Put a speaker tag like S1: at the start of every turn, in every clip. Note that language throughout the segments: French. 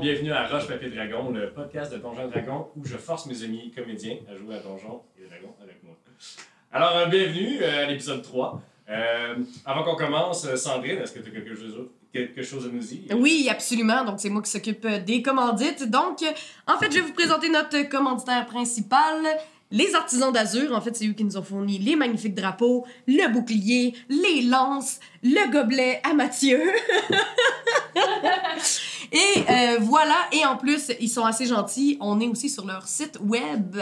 S1: bienvenue à Roche Papier Dragon, le podcast de Donjon Dragon où je force mes amis comédiens à jouer à Donjon et Dragon avec moi. Alors, euh, bienvenue euh, à l'épisode 3. Euh, avant qu'on commence, euh, Sandrine, est-ce que tu as quelque chose, quelque chose à nous dire?
S2: Euh, Oui, absolument. Donc, c'est moi qui s'occupe euh, des commandites. Donc, euh, en fait, je vais vous présenter notre commanditaire principal, les artisans d'Azur. En fait, c'est eux qui nous ont fourni les magnifiques drapeaux, le bouclier, les lances, le gobelet à Mathieu. Et euh, voilà, et en plus, ils sont assez gentils. On est aussi sur leur site web.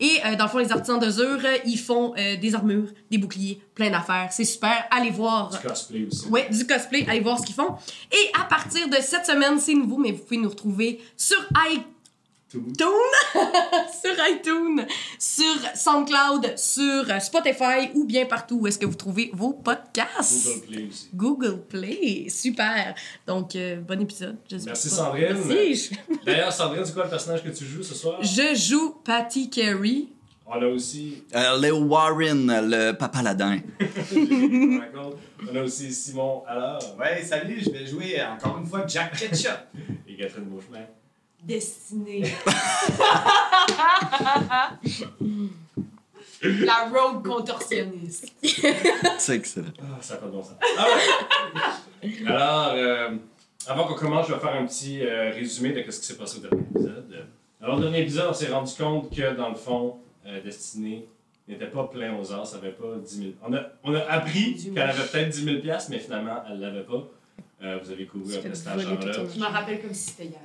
S2: Et euh, dans le fond, les artisans d'Azur, euh, ils font euh, des armures, des boucliers, plein d'affaires. C'est super. Allez voir.
S1: Du cosplay aussi.
S2: Ouais, du cosplay, allez voir ce qu'ils font. Et à partir de cette semaine, c'est nouveau, mais vous pouvez nous retrouver sur iTunes,
S1: Tout.
S2: sur iTunes, sur SoundCloud, sur euh, Spotify ou bien partout où est-ce que vous trouvez vos podcasts.
S1: Google Play aussi.
S2: Google Play, super. Donc, euh, bon épisode. j'espère
S1: Merci,
S2: pas-
S1: Sandrine.
S2: Merci. Je,
S1: D'ailleurs, Sandrine, c'est quoi le personnage que tu joues ce soir?
S2: je joue Patty Carey.
S1: On a aussi.
S3: Euh, Léo Warren, le papa ladin.
S1: On a aussi Simon alors
S4: Ouais, salut, je vais jouer encore une fois Jack Ketchup.
S1: et Catherine Beauchemin.
S5: Destinée. La rogue contorsionniste.
S3: C'est excellent.
S1: Ah, ça a pas de bon sens. Ah ouais. Alors, euh, avant qu'on commence, je vais faire un petit euh, résumé de ce qui s'est passé au dernier épisode. Alors, au dernier épisode, on s'est rendu compte que, dans le fond, euh, Destinée n'était pas plein aux arts, ça n'avait pas 10 000. On a, on a appris
S5: Dix mille.
S1: qu'elle avait peut-être 10 000 piastres, mais finalement, elle ne l'avait pas. Euh, vous avez couru un
S2: Tu
S1: peu
S2: fais
S1: cet
S2: voler
S1: argent-là.
S2: tout ton-
S5: Je me rappelle comme si c'était hier.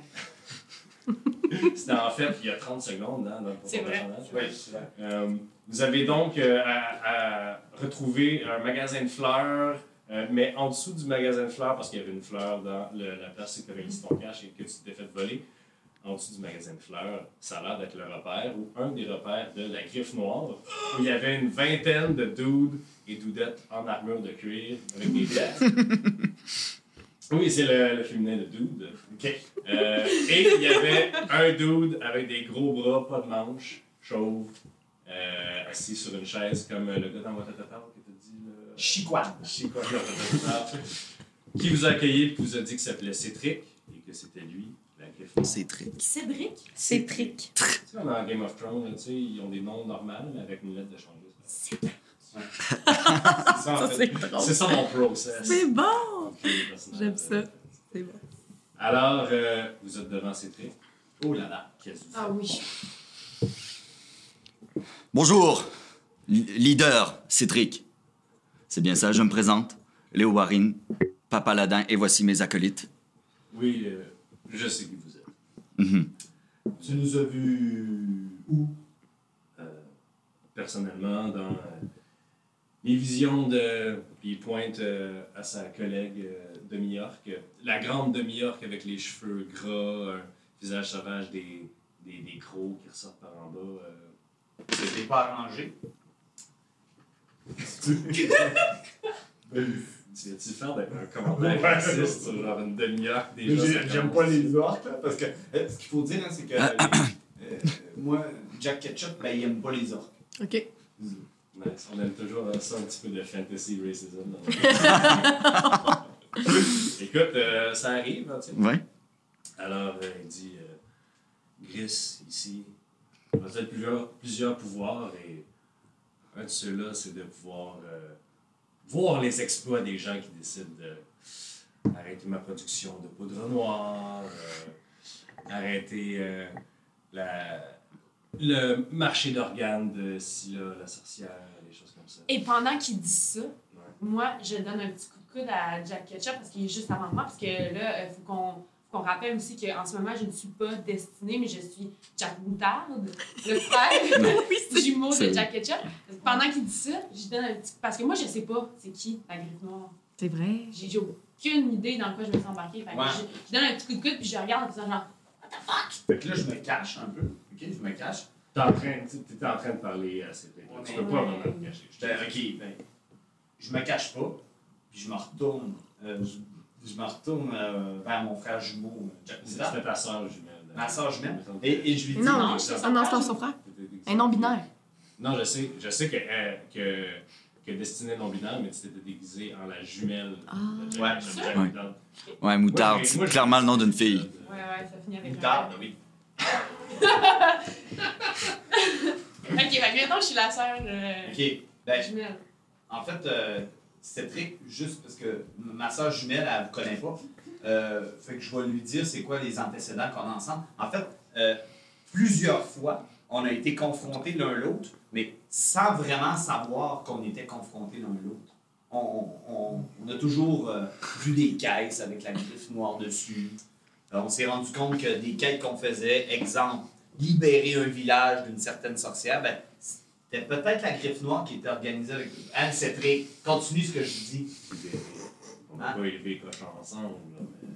S1: C'était en fait il y a 30 secondes hein, dans le
S5: C'est vrai.
S1: personnage.
S4: Oui, c'est vrai.
S1: Euh, vous avez donc euh, à, à retrouver un magasin de fleurs, euh, mais en dessous du magasin de fleurs, parce qu'il y avait une fleur dans le- la place où tu avais mis ton cash et que tu t'es fait voler, en dessous du magasin de fleurs, ça a l'air d'être le repère ou un des repères de la griffe noire, où il y avait une vingtaine de dudes et dudettes en armure de cuir avec des pièces. Oui, c'est le, le féminin de dude. Euh, et il y avait un dude avec des gros bras, pas de manches, chauve, euh, assis sur une chaise comme le gars dans Watatata qui t'a dit le...
S4: Chiquan.
S1: Je sais quoi, le Watatata, qui vous a accueilli et qui vous a dit que s'appelait Cétric et que c'était lui, la griffe.
S3: C'est très.
S5: Cédric?
S2: C'est trick.
S1: Tu sais, comme dans Game of Thrones, là, tu sais, ils ont des noms normaux mais avec une lettre de changer. C'est ça, en
S2: Ça,
S1: fait.
S2: c'est drôle.
S1: C'est ça mon process.
S2: C'est bon.
S1: J'aime
S2: J'aime ça. C'est bon.
S1: Alors, euh, vous êtes devant Cétric. Oh là là, qu'est-ce que vous
S5: Ah oui.
S3: Bonjour, l- leader Citric. C'est bien ça, je me présente. Léo Warren, papa ladin, et voici mes acolytes.
S1: Oui, euh, je sais qui vous êtes.
S3: Mhm.
S1: Tu nous as vus où Euh, Personnellement, dans euh, les visions de. Puis il pointe euh, à sa collègue euh, demi-orc, euh, la grande demi-orc avec les cheveux gras, un visage sauvage, des, des, des crocs qui ressortent par en bas. euh.
S4: C'était pas arrangé.
S1: Tu viens-tu faire d'un- un commentaire raciste sur genre une demi-orc
S4: Mais
S1: déjà
S4: j'ai-
S1: ça
S4: J'aime
S1: commence.
S4: pas les orques, là, parce que euh, ce qu'il faut dire, hein, c'est que euh, euh, moi, Jack Ketchup, ben, il aime pas les orques.
S2: OK.
S1: Nice. On aime toujours euh, ça un petit peu de fantasy racism. dans le- Écoute, euh, ça arrive, hein, tu sais.
S3: Ouais.
S1: Alors, euh, il dit euh, Gris, ici, on a peut-être plusieurs, plusieurs pouvoirs et un de ceux-là, c'est de pouvoir euh, voir les exploits des gens qui décident d'arrêter ma production de poudre noire, euh, arrêter euh, la- le marché d'organes de Scylla, la sorcière, des choses comme ça.
S5: Et pendant qu'il dit ça, moi, je donne un petit coup de coude à Jack Ketchup parce qu'il est juste avant moi. Parce que là, il faut qu'on faut qu'on rappelle aussi qu'en ce moment, je ne suis pas destinée, mais je suis Jack Moutarde, le frère
S2: Oui, c'est
S5: jumeau
S3: c'est-
S5: de Jack Ketchup. Pendant qu'il dit ça, je donne un petit Parce que moi, je sais pas c'est qui la griffe noire.
S2: C'est vrai.
S5: J'ai j'ai aucune idée dans quoi je me suis embarquée. Fait que
S4: Ouais.
S5: je, je donne un petit coup de coude puis je regarde en faisant genre
S4: Fait que là, je me cache un peu. Ok, je me cache.
S1: T'es en train, t'es en train de parler à ces
S4: Ouais,
S1: Tu
S4: mais-
S1: peux pas vraiment te cacher. Je te-
S4: Ben, ok, ben, je me cache pas, puis je me retourne. euh, je, je me retourne euh, vers mon frère jumeau, euh, Jack Moutarde.
S1: C'était ta soeur jumelle.
S4: Ma soeur jumelle. Et, et je lui dis.
S2: Non,
S5: non,
S2: non, c'est son frère. Un non-binaire.
S1: Non, je sais, je sais que, euh, que que destinée non binaire, mais tu t'étais déguisé en la jumelle. de
S2: Ah.
S1: Jack
S4: Ouais.
S1: Jack-
S5: Sûr?
S1: Jack-
S3: Ouais.
S1: Jack-
S3: Ouais, moutarde,
S1: Ouais,
S3: c'est
S1: moi, je-
S3: clairement le nom d'une fille.
S5: Ouais, ouais, ça finit avec un-
S1: Moutarde, oui.
S5: Ok, fait que maintenant, je suis la sœur euh,
S4: Ok. Ben,
S5: jumelle.
S4: En fait, euh, Cédric, juste parce que ma soeur jumelle, elle ne vous connaît pas, euh, fait que je vais lui dire c'est quoi les antécédents qu'on a ensemble. En fait, euh, plusieurs fois, on a été confrontés l'un l'autre, mais sans vraiment savoir qu'on était confrontés l'un l'autre. On, on- on a toujours euh, vu des caisses avec la griffe noire dessus. Euh, on s'est rendu compte que des quêtes qu'on faisait, exemple, libérer un village d'une certaine sorcière, ben, c'était peut-être la griffe noire qui était organisée avec Anne Cétric. Continue ce que je dis.
S1: On n'a pas élevé les cochons ensemble. là,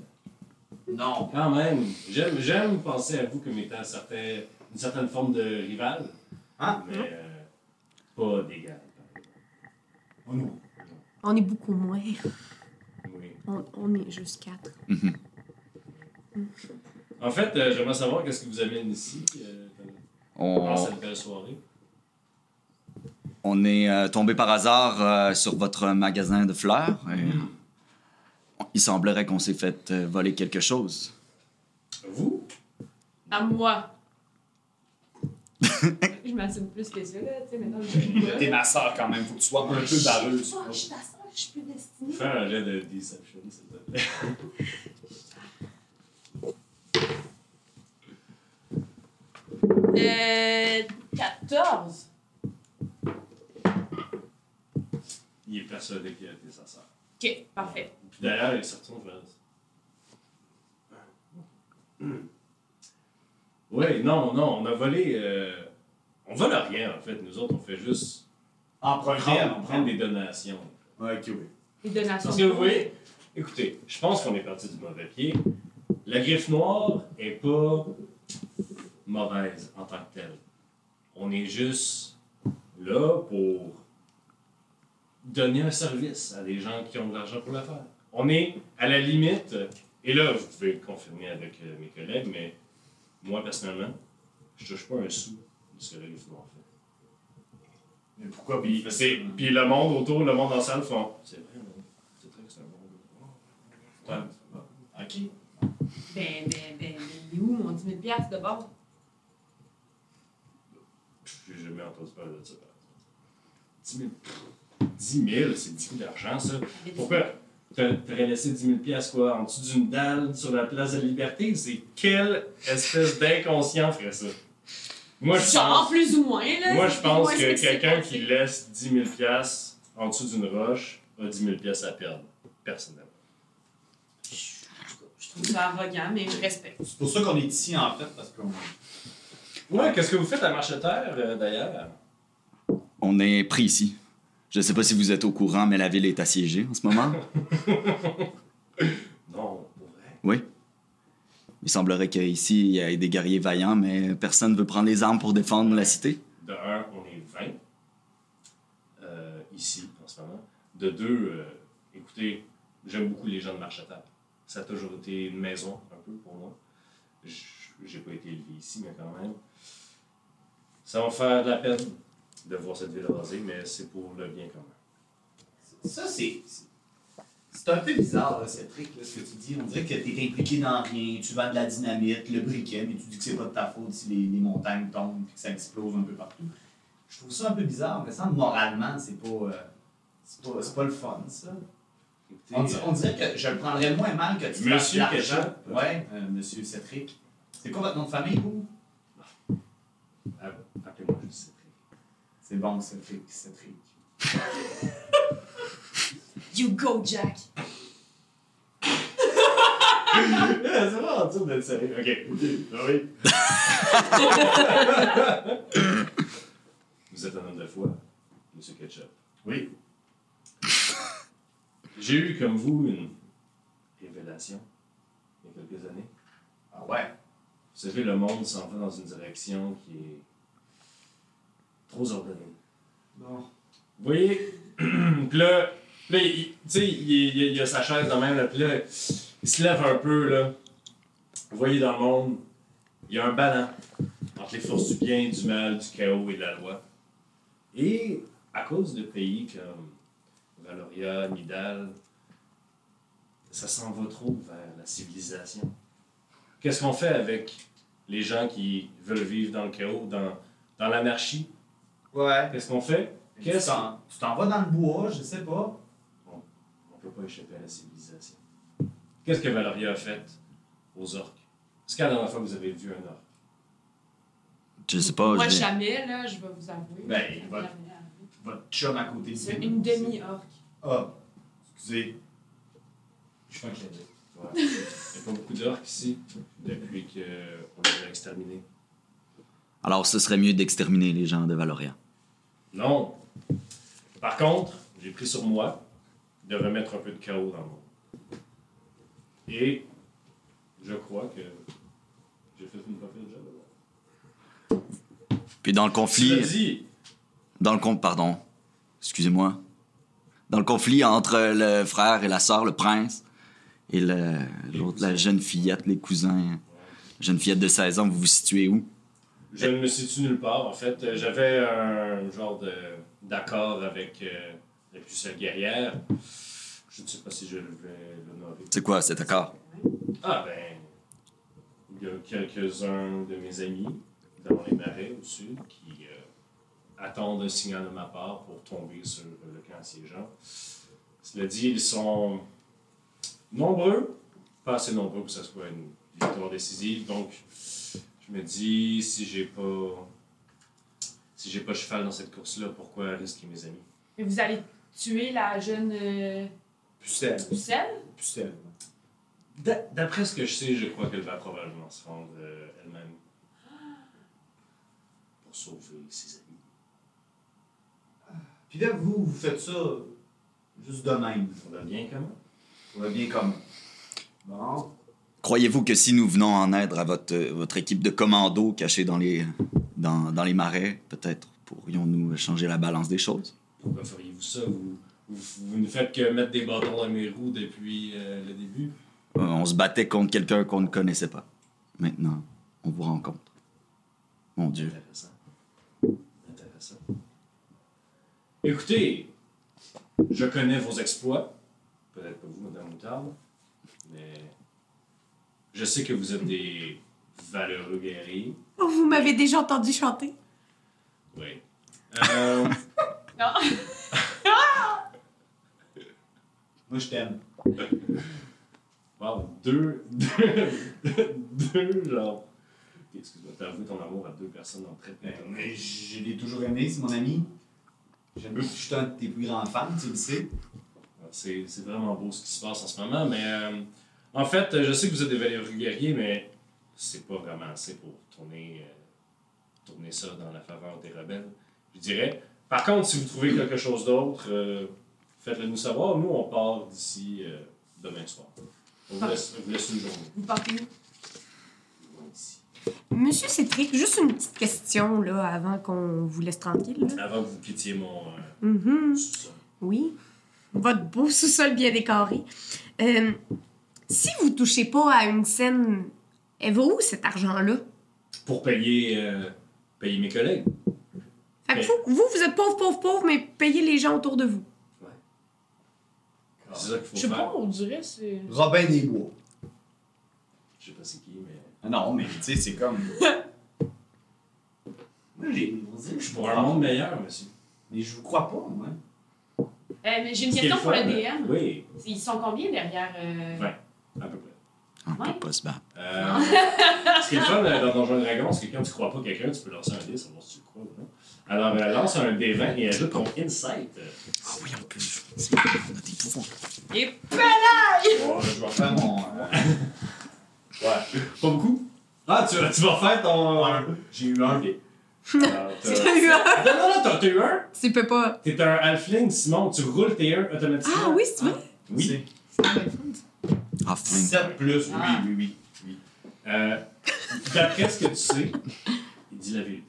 S1: mais-
S4: Non.
S1: Quand même, j'aime- j'aime penser à vous comme étant un certain- une certaine forme de rival.
S3: Ah.
S4: Hein?
S1: Mais euh, pas des gars.
S4: Oh non.
S2: On est beaucoup moins.
S1: Oui.
S2: On, on est juste quatre.
S3: Mhm.
S1: En fait, euh, j'aimerais savoir qu'est-ce qui vous amène ici euh, pendant
S3: On,
S1: cette belle soirée.
S3: on est euh, tombé par hasard euh, sur votre magasin de fleurs. et Il semblerait qu'on s'est fait euh, voler quelque chose.
S1: Vous?
S5: À moi. je m'assume plus que ça, là, tu sais, maintenant, je suis là.
S4: T'es ma soeur quand même, faut que tu sois un peu baveuse.
S5: Oh, je suis ta sœur, je suis plus destinée.
S1: Faire un jet de deception, s'il te plaît.
S5: Euh. 14.
S1: Il est persuadé qu'il a été sa sœur.
S5: Ok, parfait.
S1: Puis d'ailleurs, il se retourne vers Oui, non, non, on a volé. euh, On vole rien, en fait. Nous autres, on fait juste
S4: Emprunter,
S1: prendre, prendre
S4: emprunter.
S1: des donations.
S4: Ouais, ok, oui.
S5: Les donations.
S1: Parce que vous voyez, écoutez, je pense qu'on est parti du mauvais pied. La griffe noire est pas mauvaise en tant que telle. On est juste là pour donner un service à des gens qui ont de l'argent pour le faire. On est à la limite, et là, vous pouvez le confirmer avec euh, mes collègues, mais moi, personnellement, je touche pas un sou de ce que la griffe noire fait.
S4: Mais pourquoi
S1: Puis, c'est- puis le monde autour, le monde en salle font. C'est vrai, non? C'est vrai que c'est un monde. Ouais,
S4: Ok.
S5: Ben, ben, ben, ben, il est où mon 10 000 piastres de bord?
S1: j'ai jamais entendu parler de ça. par exemple. 10 000. pff, 10 000, c'est beaucoup d'argent, ça. Pourquoi? T'as- T'aurais laissé 10 000 piastres, quoi, en dessous d'une dalle sur la place de la liberté? C'est quelle espèce d'inconscient ferait ça? Moi, je
S5: Genre,
S1: pense,
S5: plus ou moins, là.
S1: moi, je pense
S5: Dis-moi ce
S1: que
S5: c'est
S1: quelqu'un
S5: passé.
S1: qui laisse 10 000 piastres en dessous d'une roche a 10 000 piastres à perdre, personnellement.
S5: Je trouve ça arrogant, mais je respecte.
S4: C'est pour ça qu'on est ici, en fait, parce qu'on.
S1: Ouais, qu'est-ce que vous faites à Marcheterre, euh, d'ailleurs?
S3: On est pris ici. Je ne sais pas si vous êtes au courant, mais la ville est assiégée en ce moment.
S1: Non, pour vrai.
S3: Il semblerait qu'ici, il y ait des guerriers vaillants, mais personne ne veut prendre les armes pour défendre la cité.
S1: De un, on est 20 euh, ici en ce moment. De deux, euh, écoutez, j'aime beaucoup les gens de Marcheterre. Ça a toujours été une maison un peu pour moi. J- J'ai pas été élevé ici, mais quand même. Ça va me faire de la peine de voir cette ville rasée, mais c'est pour le bien commun.
S4: Ça, c'est. c'est- C'est un peu bizarre, là, Cédric, là, ce que tu dis. On dirait que t'es impliqué dans rien, tu vends de la dynamite, le briquet, mais tu dis que c'est pas de ta faute si les, les montagnes tombent et que ça explose un peu partout. Je trouve ça un peu bizarre, mais ça, moralement, c'est pas. euh, c'est pas, c'est pas le fun, ça.
S1: Écoutez,
S4: On, di- on dirait que je le prendrais moins mal que tu fasses de
S1: Monsieur
S4: l'argent.
S1: Ketchup.
S4: Ouais, euh, monsieur Cétric. C'est quoi votre nom de famille, vous Ah,
S1: euh, appelez-moi juste Cédric.
S4: C'est bon, Cétric. Cétric.
S5: You go, Jack!
S1: Ah, C'est pas en dessous d'être sérieux. Ok. Ah oui. Vous êtes un homme de foi, monsieur Ketchup.
S4: Oui.
S1: J'ai eu comme vous une révélation il y a quelques années.
S4: Ah ouais.
S1: Vous savez, le monde s'en va dans une direction qui est trop ordonnée.
S4: Bon.
S1: Vous voyez, puis là, là, il- tu sais, il, il- il a sa chaise de même, là, puis là, il se lève un peu, là. Vous voyez dans le monde, il y a un ballon entre les forces du bien, du mal, du chaos et de la loi. Et à cause de pays comme Valoria, Nidal, ça s'en va trop vers la civilisation. Qu'est-ce qu'on fait avec les gens qui veulent vivre dans le chaos, dans, dans l'anarchie?
S4: Ouais.
S1: Qu'est-ce qu'on fait?
S4: Tu
S1: Qu'est-ce
S4: t'en- tu t'en vas dans le bois, je sais pas.
S1: On peut pas échapper à la civilisation. Qu'est-ce que Valoria a fait aux orques? Est-ce qu'à la dernière fois que vous avez vu un orque?
S3: Je sais pas.
S5: Moi,
S3: je vais-
S5: jamais, là, je vais vous avouer.
S4: Ben,
S5: Ça m'est
S4: voilà.
S5: jamais arrivé.
S4: Votre chum à côté de
S5: C'est
S4: vous.
S5: une demi-orque.
S4: Ah, excusez. Je crois que je l'ai dit.
S1: Ouais. Il n'y a pas beaucoup d'orques ici depuis qu'on les a exterminés.
S3: Alors, ce serait mieux d'exterminer les gens de Valoria.
S1: Non. Par contre, j'ai pris sur moi de remettre un peu de chaos dans le monde. Et je crois que j'ai fait une copie de job.
S3: Puis dans le
S1: Cela
S3: conflit.
S1: dit,
S3: Dans le compte, pardon. Excusez-moi. Dans le conflit entre le frère et la sœur, le prince, et le- l'autre, la jeune fillette, les cousins. Jeune fillette de 16 ans, vous vous situez où?
S1: je ne me situe nulle part. En fait, Euh, j'avais un genre de- d'accord avec euh, la pucelle guerrière. Je ne sais pas si je vais l'honorer.
S3: C'est quoi cet accord?
S1: Ah ben, il y a quelques-uns de mes amis dans les marais au sud qui euh, attendent un signal de ma part pour tomber sur le camp siégeant. Cela dit, ils sont nombreux, pas assez nombreux pour que ce soit une victoire décisive. Donc, je me dis, si j'ai pas, si j'ai pas cheval dans cette course-là, pourquoi risquer mes amis?
S5: Mais vous allez tuer la jeune euh,
S4: Pucelle.
S5: Pucelle?
S4: Pucelle.
S1: D'a- D'après ce que je sais, je crois qu'elle va probablement se rendre euh, elle-même pour sauver ses amis.
S4: Puis là, vous, vous faites ça juste de même.
S1: On va bien comment?
S4: On va bien comme. Bon.
S3: Croyez-vous que si nous venons en aide à votre, euh, votre équipe de commandos cachée dans les, dans, dans les marais, peut-être pourrions-nous changer la balance des choses?
S1: Pourquoi feriez-vous ça? Vous, vous, vous ne faites que mettre des bâtons dans mes roues depuis euh, le début.
S3: Euh, On se battait contre quelqu'un qu'on ne connaissait pas. Maintenant, on vous rencontre. Mon Dieu.
S1: Intéressant. Intéressant. Écoutez, je connais vos exploits. Peut-être pas vous, Madame Moutarde, mais je sais que vous êtes des valeureux guerriers.
S2: Oh, vous m'avez déjà entendu chanter.
S1: Oui. Euh,
S5: Non.
S4: Moi, je t'aime.
S1: Wow, deux, deux, deux, genre. Ok, Excuse-moi, t'as avoué ton amour à deux personnes en très peu de
S4: Mais,
S1: temps.
S4: Ben, mais je l'ai toujours aimé, c'est mon ami. J'aime- Je suis un de tes plus grands fans, tu le sais.
S1: C'est c'est vraiment beau ce qui se passe en ce moment, mais euh, en fait, je sais que vous êtes des valeureux guerriers, mais c'est pas vraiment assez pour tourner, euh, tourner ça dans la faveur des rebelles, je dirais. Par contre, si vous trouvez quelque chose d'autre, euh, faites-le nous savoir. Nous, on part d'ici euh, demain soir. On vous laisse, on vous laisse une journée.
S5: Vous partez où?
S2: Monsieur Cétric, juste une petite question là, avant qu'on vous laisse tranquille. là.
S1: Avant que vous quittiez mon euh,
S2: Mhm.
S1: sous-sol.
S2: Oui. Votre beau sous-sol bien décoré. Euh, si vous touchez pas à une scène, elle va où cet argent-là?
S1: pour payer, euh, payer mes collègues.
S2: Fait que
S1: Ben-
S2: vous, vous, vous êtes pauvre, pauvre, pauvre, mais payez les gens autour de vous.
S1: C'est ça qu'il faut
S5: Je sais
S1: faire.
S5: pas, on dirait c'est.
S4: Robin des Bois.
S1: Je sais pas c'est qui, mais.
S4: Ah Non, mais tu sais, c'est comme. Moi, j'ai. on dirait
S1: Je
S4: que Je
S1: suis
S4: vous
S1: pour un
S4: crois.
S1: monde meilleur, monsieur.
S4: Mais je vous crois pas, moi.
S5: Euh, mais j'ai une
S1: Ce qui est
S5: question pour
S1: fun,
S5: le DM.
S1: Oui,
S5: Ils sont combien derrière. euh,
S1: Ouais. à peu près.
S3: On peut
S5: Ouais.
S3: pas se battre.
S1: Euh,
S2: Ah.
S1: ce qui est le fun euh, dans Donjon Dragon, c'est que quand tu crois pas quelqu'un, tu peux lancer un dé, savoir si tu le crois ou non. Alors, euh, lance un D20 et ajoute ton insight.
S3: Ah oui, on peut. On a des pouvoirs.
S5: Et
S1: Bon, je vais
S4: Enfin,
S1: refaire mon.
S4: mon. euh, Ouais.
S1: Pas beaucoup. Ah, tu, tu vas refaire ton.
S4: J'ai eu un.
S1: Ok. Alors, t'as-
S2: T'as eu un?
S1: Attends, non, non, t'as t'as eu un.
S2: Tu peux pas.
S1: T'es un halfling, Simon. Tu roules tes 1 automatiquement.
S2: Ah oui, c'est vrai.
S1: Oui.
S3: Ah, fling.
S4: 7 plus, oui,
S5: Ah.
S4: oui, oui.
S1: Euh, D'après ce que tu sais, il dit la vérité.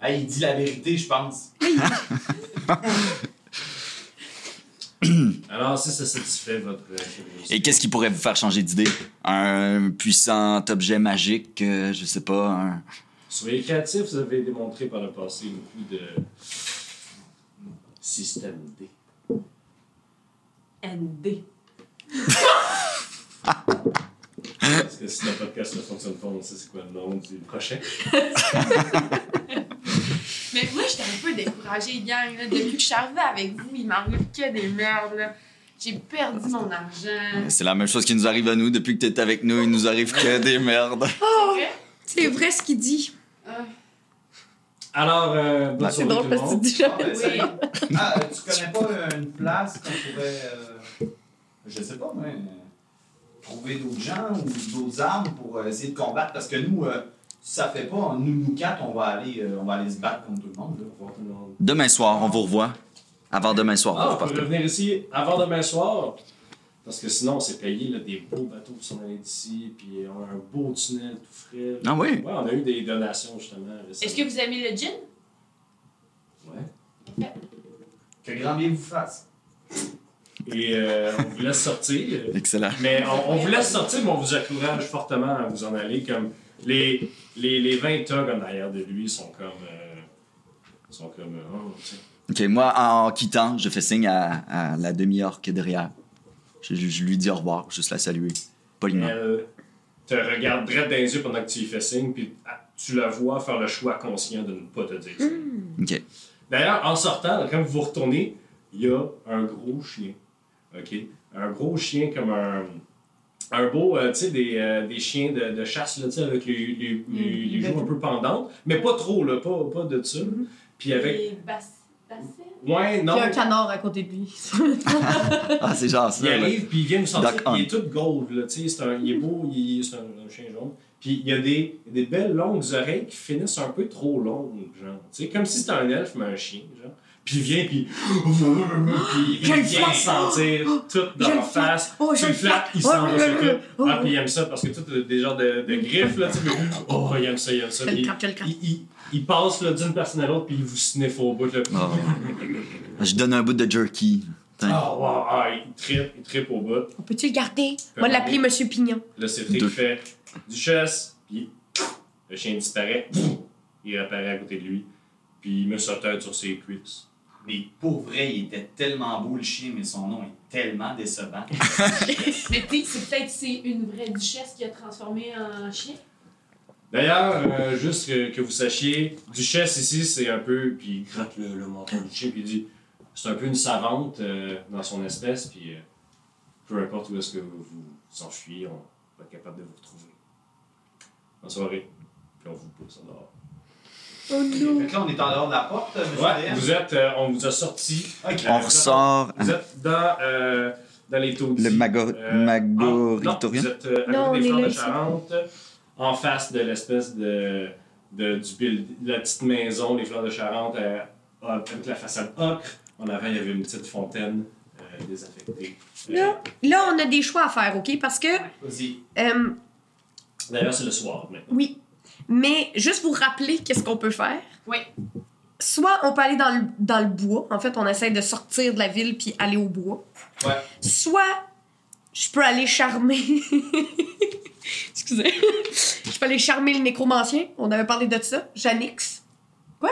S4: Ah, il dit la vérité, je pense.
S1: Alors, si ça satisfait votre euh, curiosité.
S3: Et qu'est-ce qui pourrait vous faire changer d'idée? Un puissant objet magique, euh, je sais pas, un,
S1: Soyez créatifs, vous avez démontré par le passé beaucoup de système D.
S5: ND.
S1: Parce que si le podcast ne fonctionne pas, on sait c'est quoi le nom du prochain.
S5: Mais moi, j'étais un peu découragée, gang. Là. Depuis que je suis arrivée avec vous, il m'arrive que des merdes. là. J'ai perdu mon
S1: Euh.
S5: argent.
S3: C'est la même chose qui nous arrive à nous depuis que t'es avec nous. Il nous arrive que des merdes.
S5: Oh!
S2: C'est vrai ce qu'il dit.
S5: Ah,
S1: Alors, euh, bonne
S3: Ouais.
S2: Bah, C'est
S1: soirée tout
S2: drôle
S1: le
S2: parce que tu
S1: monde.
S2: dis jamais.
S4: Ah, ben,
S5: Oui.
S4: ça y est. Ah, euh, tu connais pas une place qu'on pourrait. euh, je sais pas, moi. euh, trouver d'autres gens ou d'autres armes pour euh, essayer de combattre. Parce que nous, euh, si ça fait pas, nous, nous quatre, on va aller, euh, on va aller se battre contre tout le monde. là.
S1: Au revoir tout le monde.
S3: Demain soir, on vous revoit. Avant demain soir, on
S1: Ah,
S3: vous
S1: vous pouvez
S3: repartez.
S1: revenir ici avant demain soir. Parce que sinon, on s'est payé là, des beaux bateaux qui sont allés d'ici, puis on a un beau tunnel tout frais.
S3: Ah oui?
S1: Ouais, on a eu des donations justement récemment.
S5: Est-ce que vous aimez le gin?
S1: Ouais.
S4: Que grand bien vous fasse.
S1: Et euh, on vous laisse sortir.
S3: Excellent.
S1: Mais on, on vous laisse sortir, mais on vous encourage fortement à vous en aller. Comme les, les, les 20 togs en arrière de lui sont comme. euh, sont comme. euh, oh, tu sais.
S3: Ok, moi, en quittant, je fais signe à, à la demi-orque derrière. Je, je- je lui dis au revoir, juste la saluer. Poliment.
S1: Elle te regarde droit dans les yeux pendant que tu y fais signe, puis ah, tu la vois faire le choix conscient de ne pas te dire ça.
S3: Ok.
S1: D'ailleurs, en sortant, quand vous vous retournez, il y a un gros chien. OK? Un gros chien comme un. Un beau, euh, tu sais, des, euh, des chiens de, de chasse, là, tu sais, avec les, les, les- les joues un peu pendantes, mais pas trop, là, pas, pas de ça. Puis avec.
S5: Et Bass- Basset?
S1: Ouais, non.
S2: Il y a un canard à côté de lui.
S3: Ah, c'est genre ça.
S1: Il
S3: ouais.
S1: arrive, puis il vient nous sortir.
S3: Duck
S1: puis Il est tout gold, là, tu sais, c'est un- il est beau, il est- c'est un, un chien jaune. Puis il y a des, des belles longues oreilles qui finissent un peu trop longues, genre. Tu sais, comme si c'était un elfe, mais un chien, genre. Puis il vient, puis... puis
S2: Je
S1: il vient
S2: le flatte.
S1: sentir tout
S2: je
S1: dans
S2: le
S1: la face.
S2: Oh,
S1: Tu
S2: je
S1: le
S2: le
S1: flattes, il
S2: flatte.
S1: s'en
S2: Oh,
S1: va sur
S2: oh,
S1: tout.
S2: oh,
S1: Ah,
S2: oh.
S1: puis il aime ça parce que tout a des genres de, de griffes, là, tu sais. mais- Oh, il aime ça, il aime ça.
S2: Je le
S1: Puis
S2: crappe, je le crappe.
S1: il, il, il passe là, d'une personne à l'autre, puis il vous sniffe au bout, là.
S3: Ah, Je donne un bout de jerky. Tiens.
S1: Ah, wow, ah, il trippe, il trippe au bout.
S2: On peut-tu le garder? On va l'appeler Monsieur Pignon.
S1: Là, c'est Cédric
S3: Deux.
S1: fait Duchesse, puis le chien disparaît, il apparaît à côté de lui, puis il me saute sur ses cuisses.
S4: Mais pour vrai, il était tellement beau le chien, mais son nom est tellement décevant.
S5: Mais t'es- c'est peut-être c'est une vraie duchesse qui a transformé en chien.
S1: D'ailleurs, euh, juste que, que vous sachiez, Duchesse ici, c'est un peu, puis il gratte le, le menton du chien, puis il dit c'est un peu une savante euh, dans son espèce, puis euh, peu importe où est-ce que vous vous enfuyez, on va être capable de vous retrouver. Bonne soirée, puis on vous pousse en dehors.
S2: Oh
S4: Fait que là, on est en dehors de la porte, monsieur Euh,
S1: Ouais,
S4: DM.
S1: vous êtes, euh, on vous a sorti.
S4: Ok.
S3: On ressort.
S1: Vous êtes dans, euh, dans les taudis.
S3: Le mago-
S1: Euh,
S3: magoritorium?
S1: ah, non, Vous êtes euh, à
S2: Non,
S1: côté des
S2: on est
S1: Fleurs
S2: là,
S1: de
S2: ici.
S1: Charente, en face de l'espèce de, de, du build- de la petite maison, les Fleurs de Charente, euh, avec la façade ocre. En avant, il y avait une petite fontaine euh, désaffectée. Euh,
S2: Là, là, on a des choix à faire, OK? Parce que,
S4: Vas-y.
S2: euh,
S1: D'ailleurs, c'est le soir maintenant.
S2: oui, mais juste vous rappeler qu'est-ce qu'on peut faire.
S5: Oui.
S2: Soit on peut aller dans le, dans le bois. En fait, on essaie de sortir de la ville puis aller au bois.
S4: Ouais.
S2: Soit je peux aller charmer... Excusez. Je peux aller charmer le nécromancien. On avait parlé de ça. Janix. Quoi?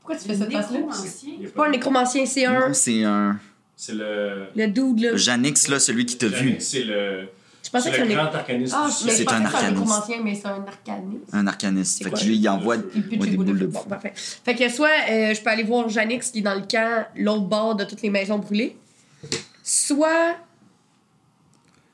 S2: Pourquoi tu fais cette face-là?
S5: Nécromancien.
S1: Il y a
S2: C'est pas un nécromancien, c'est un...
S3: Non, C'est un.
S1: C'est le.
S2: Le dude, là.
S3: Janix, là, celui qui t'a vu.
S1: C'est le,
S2: Je
S1: c'est
S2: pensais que
S1: le
S2: c'était un...
S1: grand arcaniste
S2: Ah,
S1: du
S2: mais
S1: ciel.
S2: je pensais que
S3: C'est un
S2: c'était un
S3: arcaniste.
S2: nécromancien, mais c'est un arcaniste.
S3: Un arcaniste. Fait
S2: quoi?
S3: que lui, il envoie.
S2: Il pue
S3: Ouais,
S2: des
S3: des
S2: boules de
S3: boules de
S2: feu. Bon, parfait. Fait que soit euh, je peux aller voir Janix qui est dans le camp, l'autre bord de toutes les maisons brûlées. Soit.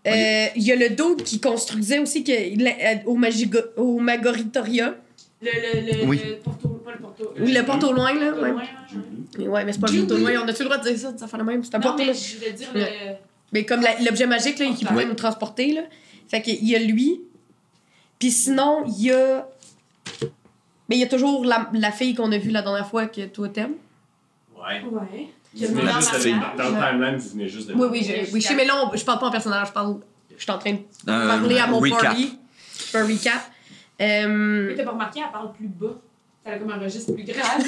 S2: euh, Il y a le dude qui construisait aussi que, la- euh, au, Magigo- au Magoritorium.
S5: Le, le, le,
S3: Oui.
S5: le porto, pas le porto.
S2: Ou le porte au loin, là.
S5: Porto
S2: Ouais,
S5: loin, hein,
S1: J'ai
S5: ouais.
S1: lu.
S2: Mais ouais mais c'est pas le porte au loin. On a-tu le droit de dire ça, de faire le même? C'est un
S5: Non,
S2: porte au
S5: mais
S2: loin.
S5: je voulais dire le.
S2: Mais comme la- l'objet magique là, qui pouvait nous transporter, là. Fait qu'il y a lui. Puis sinon, il y a. Mais il y a toujours la, la fille qu'on a vue la dernière fois que toi t'aimes.
S4: Ouais.
S5: Ouais.
S1: Vous venez
S5: Dans
S1: juste
S5: la
S1: de-
S5: plage.
S1: Dans le timeline, vous venez juste de.
S2: Oui, oui, je, oui, je sais, mais là, on- je parle pas en personnage, je parle. Je suis en train de
S3: Euh,
S2: parler à mon
S3: recap.
S2: party. Je fais un recap.
S5: Mais
S2: Euh,
S5: t'as pas remarqué, elle parle plus bas. Ça a comme un registre plus grave.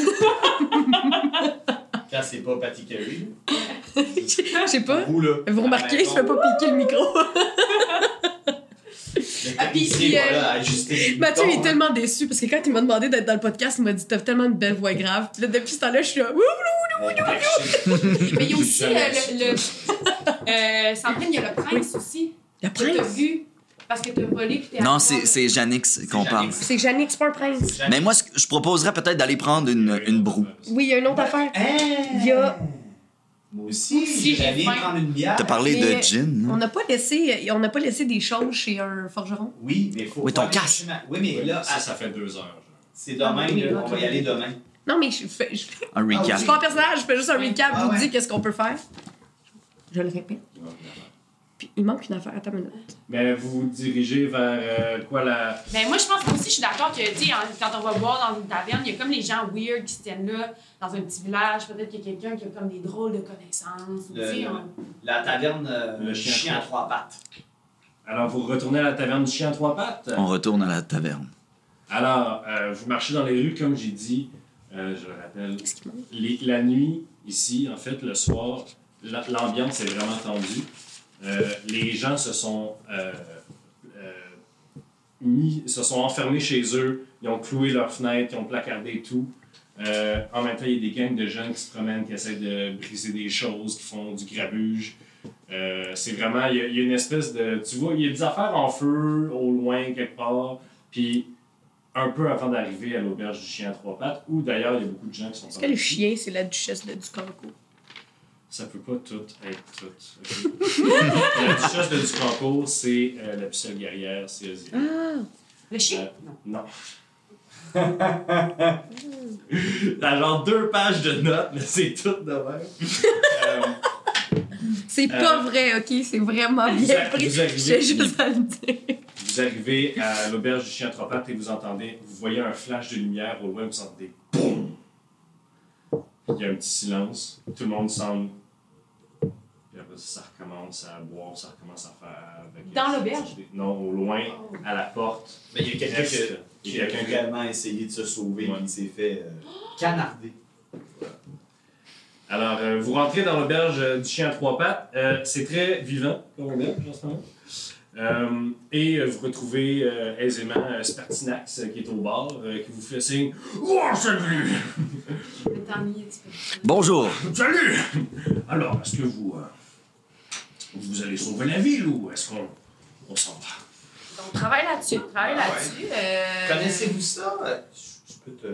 S4: Quand c'est pas Patty Carey.
S2: je sais pas.
S4: Vous, là. Ah, ben,
S2: Vous Ah,
S4: à la
S2: remarquez, je
S4: maison.
S2: fais pas piquer le micro. Ah, puis,
S4: technicien,
S2: puis, euh,
S4: voilà, ajuster les
S2: Mathieu
S4: boutons,
S2: il est
S4: hein.
S2: tellement déçu parce que quand il m'a demandé d'être dans le podcast, il m'a dit T'as tellement une belle voix grave. Puis là, depuis ce temps-là, je suis là. Ouh!
S5: Mais il y a aussi euh,
S1: Je suis
S5: le. le- euh, Sandrine, il y a le prince aussi.
S2: Le
S5: Que t'as
S2: prince
S5: vu parce que t'as volé puis t'es
S3: Non,
S5: allé
S3: c'est
S5: voir.
S3: c'est Janix qu'on parle.
S4: Janix.
S2: C'est que Jannick, c'est pas un prince.
S3: Mais moi, ce que- je proposerais peut-être d'aller prendre une, une broue.
S2: Oui, il y a une autre affaire.
S4: Hey!
S2: Il y a-
S4: Eh. Moi aussi,
S5: Si, j'ai
S4: j'allais
S5: faim.
S4: prendre une bière.
S3: T'as parlé
S2: Mais-
S3: de gin,
S2: On
S3: non?
S2: n'a pas laissé, on n'a pas laissé des choses chez un forgeron.
S4: Oui, mais faut.
S3: Oui, ton
S4: faut aller
S3: casque.
S4: chercher ma- Oui, mais là,
S1: ça,
S4: à-
S1: ah, ça fait deux heures. genre.
S4: c'est demain,
S2: Ah, oui,
S4: là,
S2: là,
S4: on va y aller demain.
S2: Non, mais je fais, je, fais-
S3: Un
S2: je
S3: recap.
S2: suis pas un personnage, je fais juste un recap, je
S4: Ah
S2: vous
S4: ouais.
S2: dis qu'est-ce qu'on peut faire. Je le répète. Puis il manque une affaire, attends une minute.
S1: Mais vous vous dirigez vers euh, quoi la.
S5: Ben moi, je pense que aussi, je suis d'accord que, tu sais, en- quand on va boire dans une taverne, il y a comme les gens weird qui se tiennent là, dans un petit village. Peut-être qu'il y a quelqu'un qui a comme des drôles de connaissances. ou tu
S4: Le-
S5: sais,
S4: le-
S5: on-
S4: La taverne, euh,
S1: Le
S4: le
S1: chien.
S4: chien à trois pattes.
S1: Alors, vous retournez à la taverne du chien à trois pattes.
S3: On retourne à la taverne.
S1: Alors, euh, vous marchez dans les rues, comme j'ai dit, euh, je le rappelle,
S2: Qu'est-ce qui manque?
S1: Les- la nuit, ici, en fait, le soir, la- l'ambiance est vraiment tendue. Euh, les gens se sont, euh, euh, mis, se sont enfermés chez eux, ils ont cloué leurs fenêtres, ils ont placardé tout. Euh, en même temps, il y a des gangs de jeunes qui se promènent, qui essaient de briser des choses, qui font du grabuge. Euh, c'est vraiment, il y, a, il y a une espèce de, tu vois, il y a des affaires en feu au loin quelque part, puis un peu avant d'arriver à l'auberge du chien à trois pattes, où d'ailleurs il y a beaucoup de gens qui sont.
S2: Est-ce que le chien, c'est la duchesse de Ducanco?
S1: Ça peut pas tout être tout. ok? la duchesse de Ducancourt, c'est euh, la pucelle guerrière, c'est Osiris.
S2: Ah!
S5: Le chien?
S1: Euh, Non. T'as genre deux pages de notes, mais c'est tout de même. Euh,
S2: C'est
S1: Euh,
S2: pas vrai, ok? C'est vraiment
S1: vous
S2: bien
S1: a-
S2: pris.
S1: vous arrivez-
S2: J'ai juste à le dire.
S1: vous arrivez à l'auberge du chien trois pattes et vous entendez, vous voyez un flash de lumière au loin, vous entendez BOUM! Il y a un petit silence, tout le monde semble. Puis après, ça recommence à boire, ça recommence à faire. avec-
S5: Dans l'auberge?
S1: Non, au loin, à la porte.
S4: Mais il y a quelqu'un
S1: Est.
S4: que-
S1: Il
S4: qui
S1: y a
S4: a
S1: quelqu'un-
S4: vraiment essayé de se sauver,
S1: Ouais.
S4: puis il s'est fait euh, canarder.
S1: Alors, euh, vous rentrez dans l'auberge euh, du chien à trois pattes. Euh, c'est très vivant, comme auberge, en ce moment. Euh, et euh, vous retrouvez euh, aisément euh, Spartinax euh, qui est au bar, euh, qui vous fait signe Oh, salut
S5: Je vais t'ennuyer, tu peux.
S3: Bonjour!
S1: Salut Alors, est-ce que vous. euh, vous allez sauver la ville ou est-ce qu'on. on s'en va
S5: On travaille là-dessus, on travaille
S4: Ah ouais.
S5: là-dessus. euh,
S4: Connaissez-vous ça? euh, Je, je peux te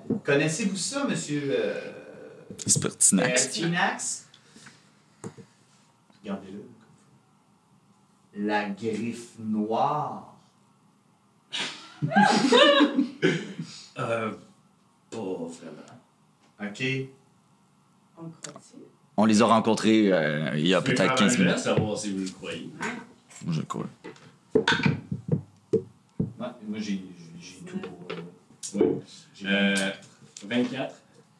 S4: couper. Connaissez-vous ça, monsieur euh,
S3: Spertinax.
S4: Pertinax? Regardez-le. La griffe noire.
S1: Euh. Pas vraiment.
S4: OK.
S5: On le croit-tu?
S3: On les a rencontrés euh, il y a
S1: Je vais faire
S3: peut-être
S1: un
S3: 15
S1: jet,
S3: minutes.
S1: savoir si vous le croyez.
S3: Je crois.
S4: Ouais, moi, j'ai j'ai- j'ai tout pour. euh,
S1: Oui.
S4: j'ai-
S1: Euh, 24.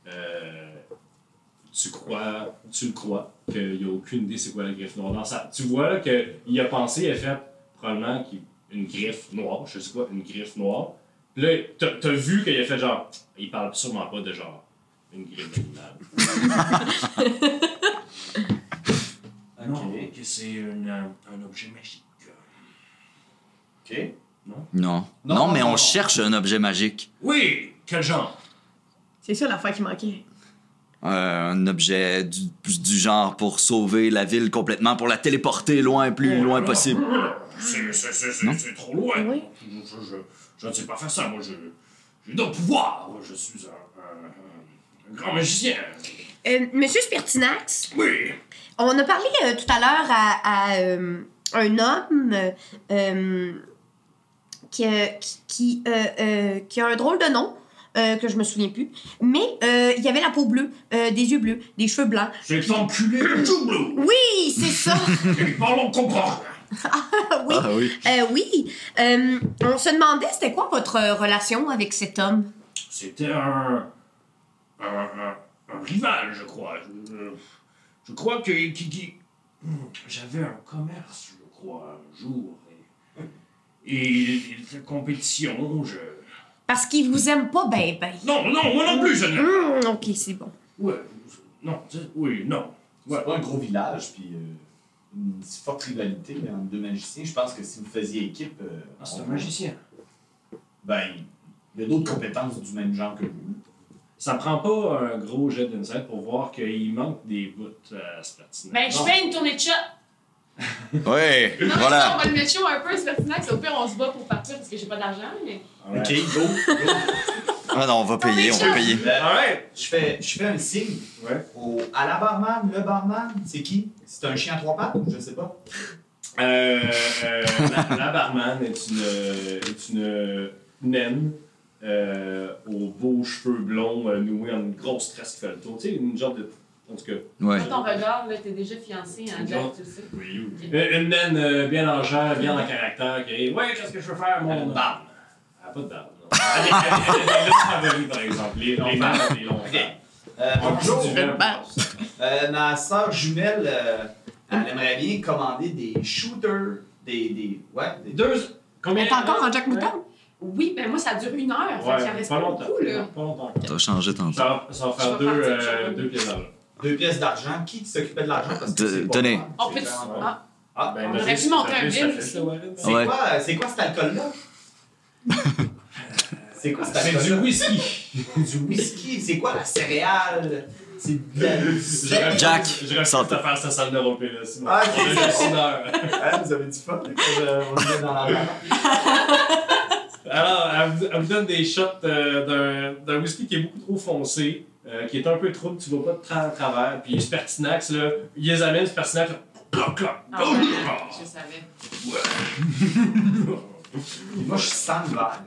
S1: euh, tu crois, tu le crois, qu'il n'y a aucune idée c'est quoi la griffe noire dans ça. Tu vois là qu'il a pensé, il a fait probablement qu'il- une griffe noire, je sais quoi, une griffe noire. Puis Là, t'as t'as vu qu'il a fait genre, il parle sûrement pas de genre une griffe d'animal. Ah
S4: OK.
S1: que c'est une, euh, un objet magique.
S4: OK.
S3: Non.
S4: Non,
S3: Non, mais
S4: non,
S3: on
S4: non.
S3: cherche un objet magique.
S1: Oui, quel genre?
S2: C'est ça l'affaire qui manquait.
S3: Euh, un objet du, du genre pour sauver la ville complètement, pour la téléporter loin, plus loin possible.
S1: Oh C'est- c'est- C'est c'est-
S3: Non.
S1: c'est trop loin.
S2: Oui.
S1: Je, je- je ne sais pas faire ça. Moi, je- j'ai d'autres pouvoirs. Moi, Je suis un, un- un- un grand magicien.
S2: Euh, Monsieur Spertinax,
S1: Oui.
S2: on a parlé euh, tout à l'heure à, à, euh, un homme euh, euh, qui, euh, qui, qui, euh, euh, qui a un drôle de nom. euh, que je me souviens plus. Mais euh, il y avait la peau bleue, euh, des yeux bleus, des cheveux blancs.
S1: Cet enculé de Toublou.
S2: Oui, c'est ça!
S1: Il parle, on comprend.
S2: oui,
S3: Ah oui.
S2: Euh, oui. Euh, on se demandait, c'était quoi votre euh, relation avec cet homme?
S1: C'était un, un, un- un rival, je crois. Je, je- je crois que. qui- qui- Hmm, J'avais un commerce, je crois, un jour. Et, et il était compétition. Je...
S2: Parce qu'il vous aime pas ben ben.
S1: Non, non, moi non plus, je ne.
S2: Hum, ok, c'est bon.
S1: Ouais, non, c'est- oui, non.
S4: C'est pas un gros village, puis euh, une forte rivalité entre deux magiciens. Je pense que si vous faisiez équipe. euh,
S1: Ah, c'est
S4: on-
S1: un magicien.
S4: Ben, il y a d'autres compétences du même genre que vous.
S1: Ça prend pas un gros jet d'insight pour voir qu'il manque des bouts euh, à ce patinage.
S5: Ben, je fais une tournée de chat.
S3: Ouais,
S5: Non, mais ça,
S3: voilà.
S5: on va le mettre chaud un peu, c'est pertinent. Au pire, on se bat pour partir parce que j'ai pas d'argent. Mais...
S1: Alright.
S4: go, go.
S3: Ah non, on va payer, on va payer.
S4: Euh,
S1: Alright.
S4: je, fais, je fais un signe
S1: Ouais.
S4: au, à la barman, le barman. C'est qui C'est un chien à trois pattes Je sais pas.
S1: Euh, euh, la, la barman est une, est une naine euh, aux beaux cheveux blonds euh, noués en une grosse tresse qui fait le tour. Tu sais, une genre de. En tout cas,
S3: Ouais.
S5: Dans ton regard, là, t'es déjà fiancé, hein, Jack, tu le sais.
S1: Une une naine euh, bien en genre, bien en caractère, qui est Ouais, qu'est-ce que je peux faire,
S4: Elle a
S1: mon.
S4: une barbe.
S1: Elle a pas de barbe. non. Elle est- elle est- elle est là, favoris, par exemple. Les
S4: Longs
S1: les
S4: barbes.
S1: barbes, les longs.
S4: Ok.
S1: barbes.
S4: Euh,
S1: On
S4: bonjour.
S1: joue du vin,
S2: Barbe.
S1: on pense.
S4: Euh, ma soeur jumelle, euh, elle aimerait bien commander des shooters. Des, des, ouais, des-
S1: Deux. Combien
S2: Mais t'es encore en Jack
S1: Ouais.
S2: Mouton?
S5: Oui, ben moi, ça dure une heure. fait qu'il en
S1: Ouais,
S5: reste
S1: pas
S5: pas
S1: longtemps.
S5: beaucoup, là.
S1: Pas longtemps.
S3: Ça va changer tantôt.
S1: Ça va- ça va
S5: Je
S1: faire
S5: vais
S1: deux,
S5: partir,
S1: euh,
S5: je vais
S1: deux pièces d'argent.
S4: deux pièces d'argent. Qui s'occupait de l'argent parce que
S3: De-
S4: c'est pas
S3: donnez.
S4: moi,
S5: On
S4: c'est
S5: peut.
S4: vraiment-
S5: Ah,
S4: Ah,
S1: Ben,
S5: On
S1: Nodus,
S5: aurait pu monter un
S1: Nodus,
S5: bill
S1: ça fait
S5: aussi.
S1: ça, Warren.
S4: C'est
S3: Ouais.
S4: quoi, c'est quoi cet alcool-là? C'est quoi cet
S1: C'est du
S4: alcool-là?
S1: whisky.
S4: du whisky. C'est quoi la céréale? C'est de la-
S1: J'aurais pu-
S3: Jack,
S1: J'aurais pu
S3: santé.
S1: te faire sa salle de roleplay, là, sinon.
S4: Ah, ok.
S1: On a juste une heure.
S4: Ah, vous avez du fun quand je- euh, on est dans la barre.
S1: Alors, elle vous, elle vous donne des shots euh, d'un- d'un whisky qui est beaucoup trop foncé, euh, qui est un peu trouble, tu vois pas de tra- à travers. Puis ce pertinax, là, il les amène, ce pertinax, là, cloc, cloc,
S5: ah
S1: cloc,
S5: ouais,
S1: cloc.
S5: je savais.
S4: Moi, je sens le verre.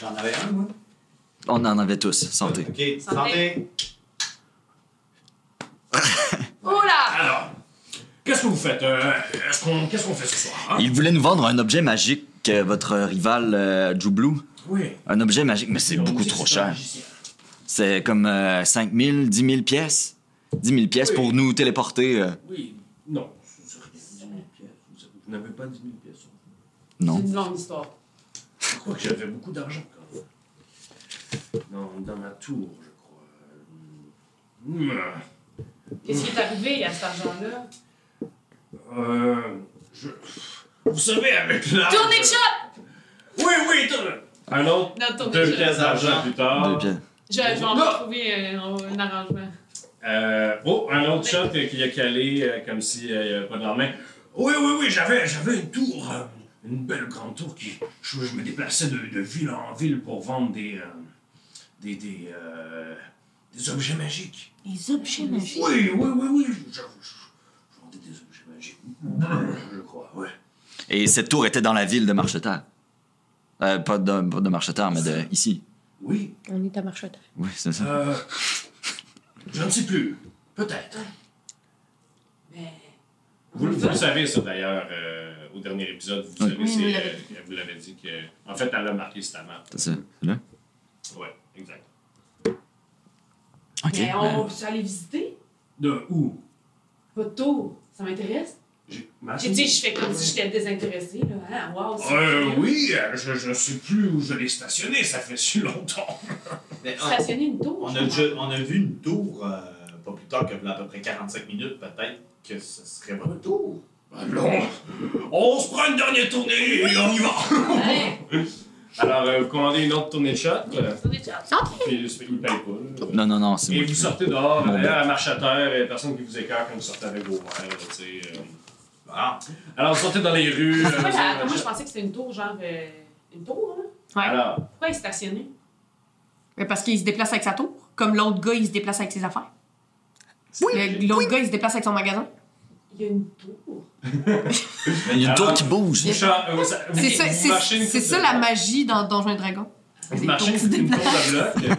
S4: J'en avais un, moi.
S3: On en avait tous, santé.
S4: Ok, santé.
S5: Oh là!
S1: Alors, qu'est-ce que vous faites Euh, Est-ce qu'on qu'est-ce qu'on fait ce soir hein?
S3: Il voulait nous vendre un objet magique que votre rival euh, Joublou.
S1: Oui.
S3: Un objet magique, mais c'est
S1: On
S3: beaucoup
S1: dit que
S3: trop
S1: c'est un
S3: cher.
S1: magicien.
S3: C'est comme euh, 5 000, 10 000 pièces. 10 000 pièces
S1: Oui.
S3: pour nous téléporter. euh,
S1: Oui, non, c'est rien, 10 000 pièces. Vous avez- Vous n'avez pas 10 000 pièces.
S5: C'est
S3: non.
S5: une longue histoire.
S1: Je crois que j'avais beaucoup d'argent quand même. Non, dans ma tour, je crois. Hmm. Hmm.
S5: Qu'est-ce qui est arrivé à cet argent-là?
S1: Euh, je... Vous savez, avec l'argent...
S5: Tournée de chat!
S1: Oui, oui, tournez Un autre,
S5: Non, tournée
S1: deux
S5: de chat.
S1: pièces Ah! d'argent plus tard.
S3: Deux pièces.
S5: Je, je vais en
S1: Non.
S5: retrouver un, un arrangement.
S1: Euh, oh, un autre shot euh, qu'il a calé euh, comme s'il n'y avait pas de lendemain. Oui, oui, oui, j'avais, j'avais une tour, euh, une belle grande tour qui. Je, je me déplaçais de, de ville en ville pour vendre des. euh, des. des. euh, des objets magiques.
S2: Les objets magiques.
S1: Oui, oui, oui, oui, je, je- je- je vendais des objets magiques. Je crois, ouais.
S3: Et cette tour était dans la ville de Marcheterre. Euh, pas de, pas de Marcheterre, mais de ici.
S1: Oui,
S2: On est à Marchette.
S3: Oui, c'est ça.
S1: euh, je ne sais plus. Peut-être.
S5: Mais.
S1: Vous, vous le savez, ça d'ailleurs, euh, au dernier épisode, vous, savez,
S2: Oui,
S1: c'est,
S2: nous
S1: euh,
S2: l'avons
S1: vous l'avez dit que. En fait, elle a marqué cette map.
S3: C'est ça. C'est là?
S1: Ouais, exact.
S3: Ok.
S5: Mais on
S3: euh,
S5: va peut-tu aller visiter?
S1: De où
S5: Votre tour, ça m'intéresse?
S1: J'ai- ma-
S5: J'ai dit, je fais comme si j'étais désintéressée, là. Hein? Wow, c'est-
S1: Euh, oui, euh, je, je sais plus où je l'ai stationné, ça fait si longtemps.
S4: Mais on-
S5: Stationner une tour.
S4: On
S5: je
S4: a,
S5: comprends.
S4: déjà- on a vu une tour, euh, pas plus tard que à peu près 45 minutes, peut-être que ce serait votre tour.
S1: Allons, on se prend une dernière tournée et on y va.
S5: Hein?
S1: Alors, euh, vous commandez une autre tournée de shot, euh,
S5: Tournée de chat.
S1: puis c'est- il paye pas. là.
S3: Non, non, non, c'est
S1: Et
S3: moi.
S1: vous
S3: qui-
S1: sortez dehors,
S3: Bon,
S1: derrière la marche à terre, et personne qui vous écarte quand vous sortez avec vos verres, là, tu sais. euh.
S4: Ah,
S1: Alors, vous sortez dans les rues. euh, vous
S5: Moi,
S1: allez
S5: la-
S1: marcher.
S5: moi, je pensais que c'était une tour, genre. euh, une tour, là.
S1: Alors,
S5: Pourquoi elle est stationnée?
S2: Mais parce qu'il se déplace avec sa tour, comme l'autre gars, il se déplace avec ses affaires. Le- L'autre gars, il se déplace avec son magasin.
S5: Il y a une tour.
S3: Il y a une tour
S1: Alors-
S3: qui bouge.
S1: Vous chan- euh, ça- vous-
S2: C'est ça,
S1: vous
S2: c'est-
S1: marchez une
S2: c'est
S1: coupe
S2: ça
S1: de-
S2: la magie dans Donjons et Dragons.
S1: Vous
S2: Les
S1: marchez
S2: tours
S1: une
S2: se
S1: une tour
S2: déplacent.
S1: de bloc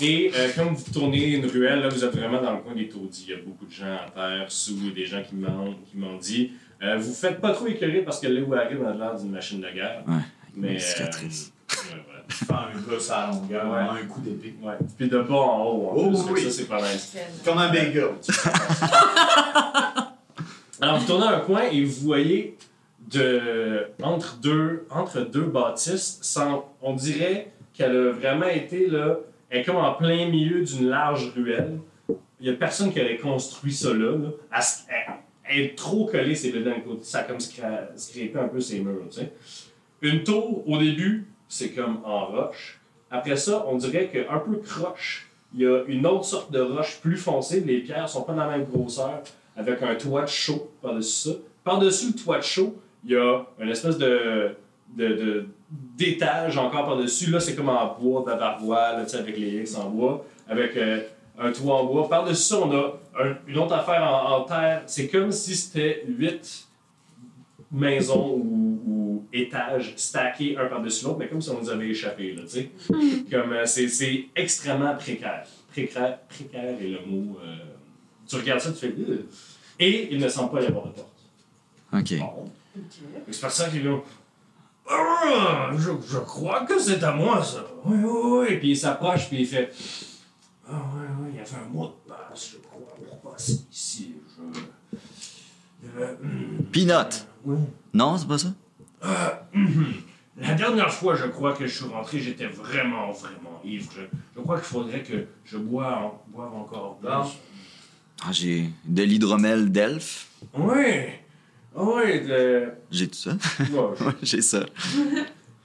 S1: et euh, comme vous tournez une ruelle, là, vous êtes vraiment dans le coin des taudis. Il y a beaucoup de gens à terre, sous, des gens qui mendient. Qui mendient. Euh, vous faites pas trop écœurer parce que là où arrive, on a l'air d'une machine de guerre.
S3: Ouais,
S1: mais.
S3: une cicatrice.
S1: euh, ouais, voilà.
S4: je fais un gosse à la longueur,
S1: Ouais.
S4: un coup d'épée.
S1: Ouais. Puis de bas en haut, en
S4: Oh,
S1: plus, fait que
S4: oui.
S1: ça c'est pas nice.
S4: Comme un bagel.
S1: Alors, vous tournez un coin et vous voyez de, entre, deux, entre deux bâtisses, sans, on dirait qu'elle a vraiment été là, elle est comme en plein milieu d'une large ruelle. Il n'y a personne qui aurait construit ça là. là. Elle, se- elle- être trop collé ses bedans côté, ça a comme scra- scrapé un peu ses murs, tu sais. Une tour, au début, c'est comme en roche. Après ça, on dirait qu'un peu croche, il y a une autre sorte de roche plus foncée. Les pierres sont pas de la même grosseur, avec un toit de chaud par-dessus ça. Par-dessus le toit de chaud, il y a une espèce de, de, de- d'étage encore par-dessus. Là, c'est comme en bois, d'avarois, là, tu sais, avec les X en bois, avec euh, un toit en bois. Par-dessus ça, on a un- une autre affaire en, en terre. C'est comme si c'était huit maisons ou, ou étages stackés un par-dessus l'autre, mais comme si on les avait échappés, là, tu sais. Comme, euh, c'est, c'est extrêmement précaire. Précaire, précaire est le mot... euh, tu regardes ça, tu fais... euh, Ugh. Et il ne semble pas y avoir de porte.
S3: OK.
S1: Bon. Fait que C'est pour ça qu'il est là. Ah, je, je crois que c'est à moi, ça. Oui, oui, oui. Puis il s'approche, puis il fait. Ah, oui, oui, il y avait un mot de passe, je crois, pour passer ici. Je... Il y avait-
S3: Peanut.
S1: Oui.
S3: Non, c'est pas ça?
S1: La dernière fois, je crois que je suis rentré, j'étais vraiment, vraiment ivre. Je, je crois qu'il faudrait que je boive, en- boive encore plus.
S4: Bon.
S3: Ah, j'ai de l'hydromel d'elfe.
S1: Oui. Oui, de...
S3: J'ai tout ça.
S1: Ouais,
S3: Ouais, j'ai ça.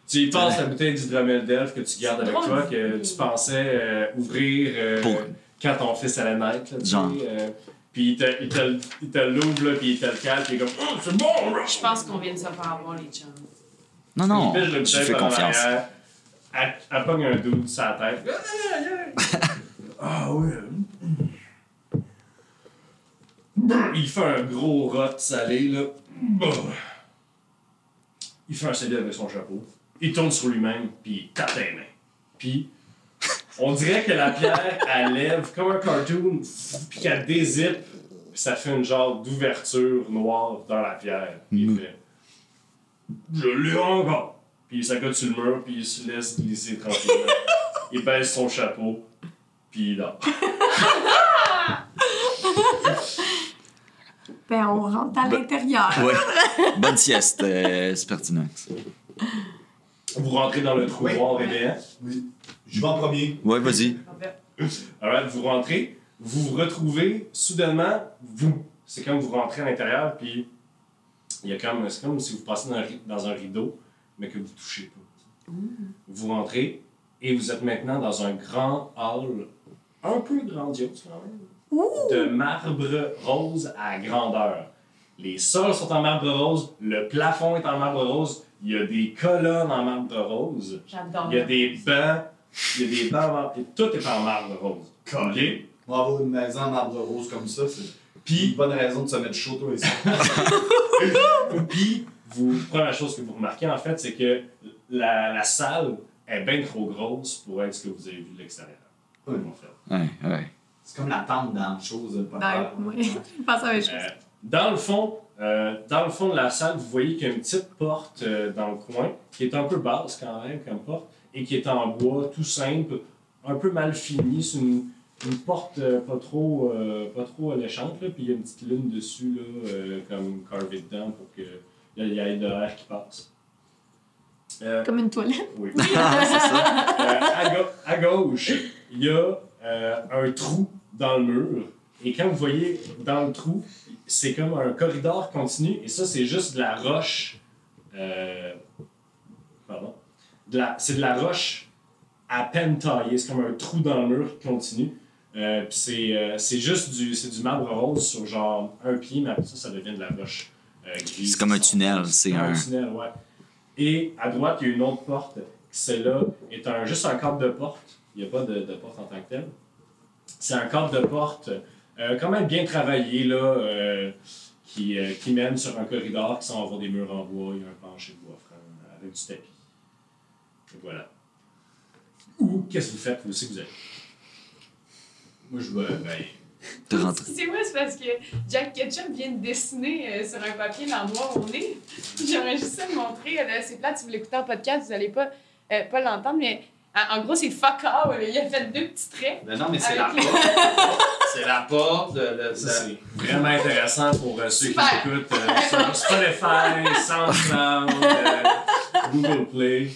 S1: Tu y passes la bouteille d'hydromel d'elfe que tu gardes avec
S5: Drôle.
S1: toi, que tu pensais euh, ouvrir euh,
S3: Pour-
S1: quand ton fils allait naître. là, tu
S3: Genre.
S1: sais, euh, puis il te, il te, le- il te l'ouvre, là, puis il te le cale, puis il est comme Oh, c'est bon! là!
S5: Je pense qu'on vient de se faire avoir les chums.
S3: Non,
S1: Il
S3: non,
S1: pêche le
S3: je
S1: bouteille
S3: fais
S1: par en
S3: confiance.
S1: arrière, Elle, elle pogne un doute sur la tête. ah oui! Il fait un gros rot salé, là. Oh. Il fait un CD avec son chapeau. Il tourne sur lui-même, puis il tape les mains. Puis, on dirait que la pierre, elle lève comme un cartoon, puis qu'elle dézippe, puis ça fait une genre d'ouverture noire dans la pierre. Puis il fait Je l'ai encore. Puis il s'accote sur le mur, puis il se laisse glisser tranquillement. il baisse son chapeau, puis il dort.
S2: Ben, on rentre à
S3: Ben-
S2: l'intérieur.
S3: Ouais. Bonne sieste, euh, c'est pertinent.
S1: Vous rentrez dans le eh trou
S4: Oui.
S1: noir éveillant.
S4: Je vais en premier.
S3: Ouais, vas-y.
S1: Alors, vous rentrez, vous vous retrouvez soudainement, vous. C'est comme vous rentrez à l'intérieur, puis il y a comme, c'est comme si vous passez dans un, ri- dans un rideau, mais que vous touchez pas. Vous rentrez et vous êtes maintenant dans un grand hall, un peu grandiose quand même, de marbre rose à grandeur. Les sols sont en marbre rose, le plafond est en marbre rose, il y a des colonnes en marbre rose.
S5: J'adore.
S1: Il y a des bancs, il y a des bancs, en marbre, et tout est en marbre rose. OK?
S4: Bravo, une maison en marbre rose comme ça, c'est une
S1: Puis,
S4: bonne raison de se mettre chaud, toi, ici.
S1: puis vous, première chose que vous remarquez, en fait, c'est que la, la salle est bien trop grosse pour être ce que vous avez vu de l'extérieur.
S4: Oui.
S1: En fait.
S3: Ouais, ouais.
S4: C'est comme la tente dans la chose, le papa.
S2: Ben, ouais. Je pense à la même chose.
S1: Euh, dans le fond, euh, dans le fond de la salle, vous voyez qu'il y a une petite porte euh, dans le coin qui est un peu basse quand même comme porte et qui est en bois, tout simple, un peu mal fini, c'est une, une porte euh, pas trop euh, pas trop alléchante là, puis il y a une petite lune dessus là, euh, comme carvée dedans pour que il y ait de l'air qui passe. Euh,
S2: Comme une toilette.
S1: oui.
S3: Ah, c'est ça.
S1: Euh, à, ga- à gauche, il y a euh, un trou dans le mur. Et quand vous voyez dans le trou, c'est comme un corridor continu. Et ça, c'est juste de la roche. euh, pardon. De la- c'est de la roche à peine taillée. C'est comme un trou dans le mur qui continue. Euh, Puis c'est, euh, c'est juste du, c'est du marbre rose sur genre un pied, mais après ça, ça devient de la roche euh, grise.
S3: C'est comme un tunnel, c'est
S1: Dans
S3: un.
S1: le tunnel, ouais. Et à droite, il y a une autre porte. Celle-là est un, juste un cadre de porte. Il n'y a pas de, de porte en tant que telle. C'est un cadre de porte euh, quand même bien travaillé, là, euh, qui, euh, qui mène sur un corridor qui s'en va des murs en bois. Il y a un plancher de bois franc euh, avec du tapis. Et voilà. Ou qu'est-ce que vous faites, vous aussi, vous avez.
S4: Moi, je vais. Ben,
S3: de rentrer.
S5: C'est vrai, c'est parce que Jack Ketchup vient de dessiner euh, sur un papier dans le noir au nez. J'aurais juste ça de montrer. euh, là, C'est plate, si vous l'écoutez en podcast, vous n'allez pas, euh, pas l'entendre, mais en, en gros, c'est fuck all. là. Il a fait deux petits traits.
S4: ben non, mais c'est
S5: Avec-
S4: la porte. c'est la porte. Le, le-
S1: Ça, c'est vraiment intéressant pour euh, ceux
S5: Super.
S1: qui écoutent euh, sur Spotify, SoundCloud, euh, Google Play.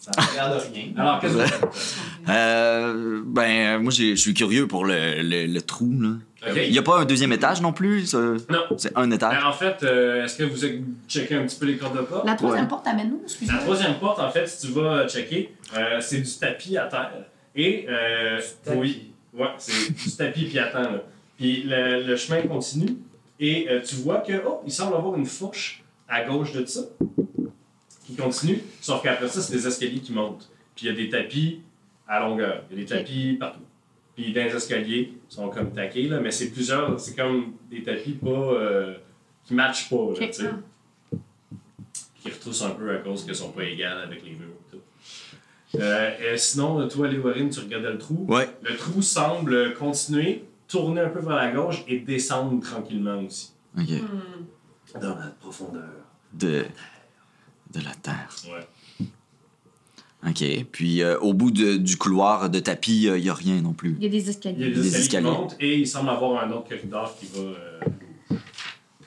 S4: ça ne regarde rien.
S1: Alors, qu'est-ce que vous faites?
S3: Euh, ben, euh, moi, j'ai- je suis curieux pour le, le- le trou, là.
S1: OK.
S3: Il n'y a pas un deuxième étage non plus? ça?
S1: Non.
S3: C'est un étage.
S1: Ben, en fait, euh, est-ce que vous checkez un petit peu les cordes de porte?
S2: La troisième
S3: Ouais.
S2: porte amène nous,
S1: La
S2: excusez-moi.
S1: troisième porte, en fait, si tu vas euh, checker, euh, c'est du tapis à terre. Et. euh, Oui. Ouais, c'est du tapis puis à terre, là. Puis le, le chemin continue et euh, tu vois que, oh, il semble avoir une fourche à gauche de ça qui continue. Sauf qu'après ça, c'est des escaliers qui montent. Puis il y a des tapis à longueur. Il y a des tapis partout. Puis dans les escaliers, ils sont comme taqués, là, mais c'est plusieurs, c'est comme des tapis pas. euh, qui matchent pas, là,
S2: Ok.
S1: tu sais. Qui retroussent un peu à cause qu'ils sont pas égales avec les murs. et tout. Euh, et sinon, toi, Léorine, tu regardais le trou.
S3: Ouais.
S1: Le trou semble continuer, tourner un peu vers la gauche et descendre tranquillement aussi.
S3: OK.
S5: Hmm.
S1: Dans la profondeur.
S3: De, de la terre.
S1: Ouais.
S3: OK. Puis euh, au bout de- du couloir de tapis, il n'y a rien non plus.
S2: Il y a des
S1: Il y a
S2: escaliers.
S1: des,
S3: Des
S1: escaliers qui
S3: escaliers.
S1: montent et il semble avoir un autre corridor qui va. euh,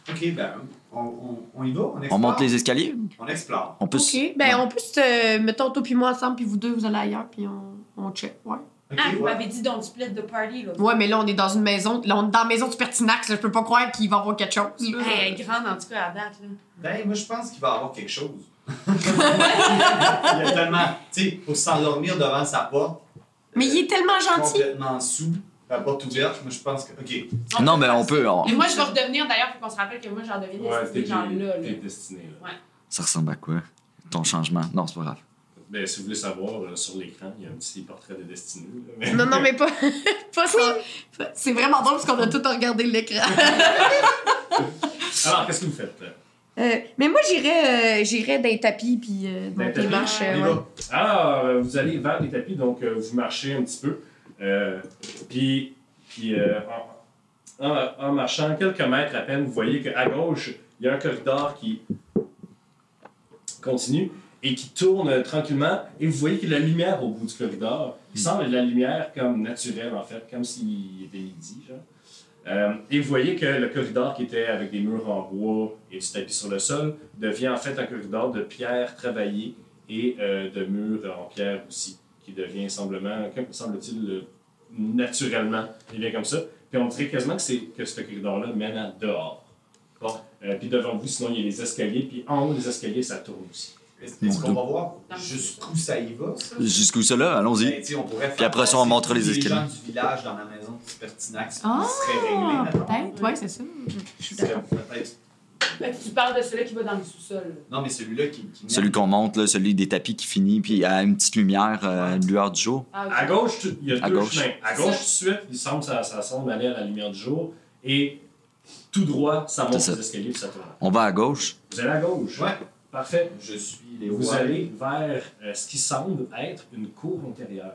S4: Ok, ben, on, on, on y va, on explore.
S3: On monte les escaliers?
S4: On explore.
S3: On peut... s-
S2: Ok, ben
S3: Ouais.
S2: on peut se. Mettons, toi puis moi ensemble, puis vous deux, vous allez ailleurs, puis on, on check. Ouais.
S4: Ok,
S5: Ah, vous
S4: ouais.
S5: m'avez dit don't split the party, là.
S2: Ouais, mais là, on est dans une maison. Là, on est dans la maison du Pertinax, là. Je peux pas croire qu'il va y avoir quelque chose, là.
S5: Hey, elle est grande, en tout cas, à date, là.
S4: Ben, moi, je pense qu'il va y avoir quelque chose. il y a tellement. Tu sais, pour s'endormir devant sa porte.
S2: Mais il est tellement gentil.
S4: Complètement sous, la porte ouverte. Moi, je pense que. Ok.
S3: Non, mais on peut. on-
S5: Et moi, je vais redevenir, d'ailleurs, faut qu'on se rappelle que moi, j'en devenais
S1: ouais, t'es
S5: ces gens-là, là.
S1: t'es destiné. Là.
S3: Ça ressemble à quoi? Ton changement? Non, c'est pas grave.
S1: Ben, si vous voulez savoir, euh, sur l'écran, il y a un petit portrait de destinée. là, mais-
S2: Non, non, mais pas. pas ça. C'est vraiment drôle parce qu'on a tout regardé l'écran.
S1: Alors, qu'est-ce que vous faites? là?
S2: Euh, mais moi, j'irais euh, j'irais dans les tapis, puis euh, dans
S1: Dans les
S2: les
S1: tapis,
S2: marches. euh,
S4: on y
S2: ouais.
S4: va.
S1: Alors, euh, vous allez vers les tapis, donc euh, vous marchez un petit peu. Euh, Puis, puis, euh, en, en- en marchant quelques mètres à peine, vous voyez qu'à gauche, il y a un corridor qui continue et qui tourne euh, tranquillement. Et vous voyez que la lumière au bout du corridor, il semble être de la lumière comme naturelle, en fait, comme s'il était midi, genre. Euh, et vous voyez que le corridor qui était avec des murs en bois et du tapis sur le sol devient en fait un corridor de pierre travaillée et euh, de murs en pierre aussi, qui devient semblement, comme- semble-t-il, euh, naturellement, il vient comme ça. Puis on dirait quasiment que, c'est, que ce corridor-là mène à dehors. Bon. Euh, puis devant vous, sinon, il y a les escaliers, puis en haut des escaliers, ça tourne aussi.
S4: Est-ce
S3: Mon
S4: est-ce qu'on
S3: Dieu.
S4: va voir jusqu'où ça y va, ça?
S3: Jusqu'où cela? Allons-y.
S4: Ben, tu sais, on pourrait faire
S3: Puis après ça, on
S4: passer
S3: montre les
S4: tous
S3: escaliers.
S4: gens du village dans la maison de Pertinax.
S2: Ah,
S4: qui serait réglé, mettons.
S2: peut-être, ouais, c'est ça. Je- Je suis
S4: Ce
S2: d'accord.
S4: serait peut-être-
S5: Fait que tu parles de celui qui va dans le sous-sol,
S4: Non, mais celui-là qui. qui
S3: Celui qu'on monte, là, celui des tapis qui finit, puis à une petite lumière, euh, une lueur du jour.
S5: là.
S1: À
S5: Ah, ok.
S1: gauche, tu- il y a
S3: À
S1: deux
S3: gauche.
S1: chemins. À gauche, tout de suite, il semble, ça, ça semble aller à la lumière du jour, et tout droit, ça monte
S3: C'est ça.
S1: les escaliers, puis ça tourne.
S3: On va à gauche.
S1: Vous allez à gauche.
S4: Ouais.
S1: Parfait.
S4: Je suis
S1: Et
S4: les
S1: vous
S4: rois.
S1: allez vers euh, ce qui semble être une cour intérieure.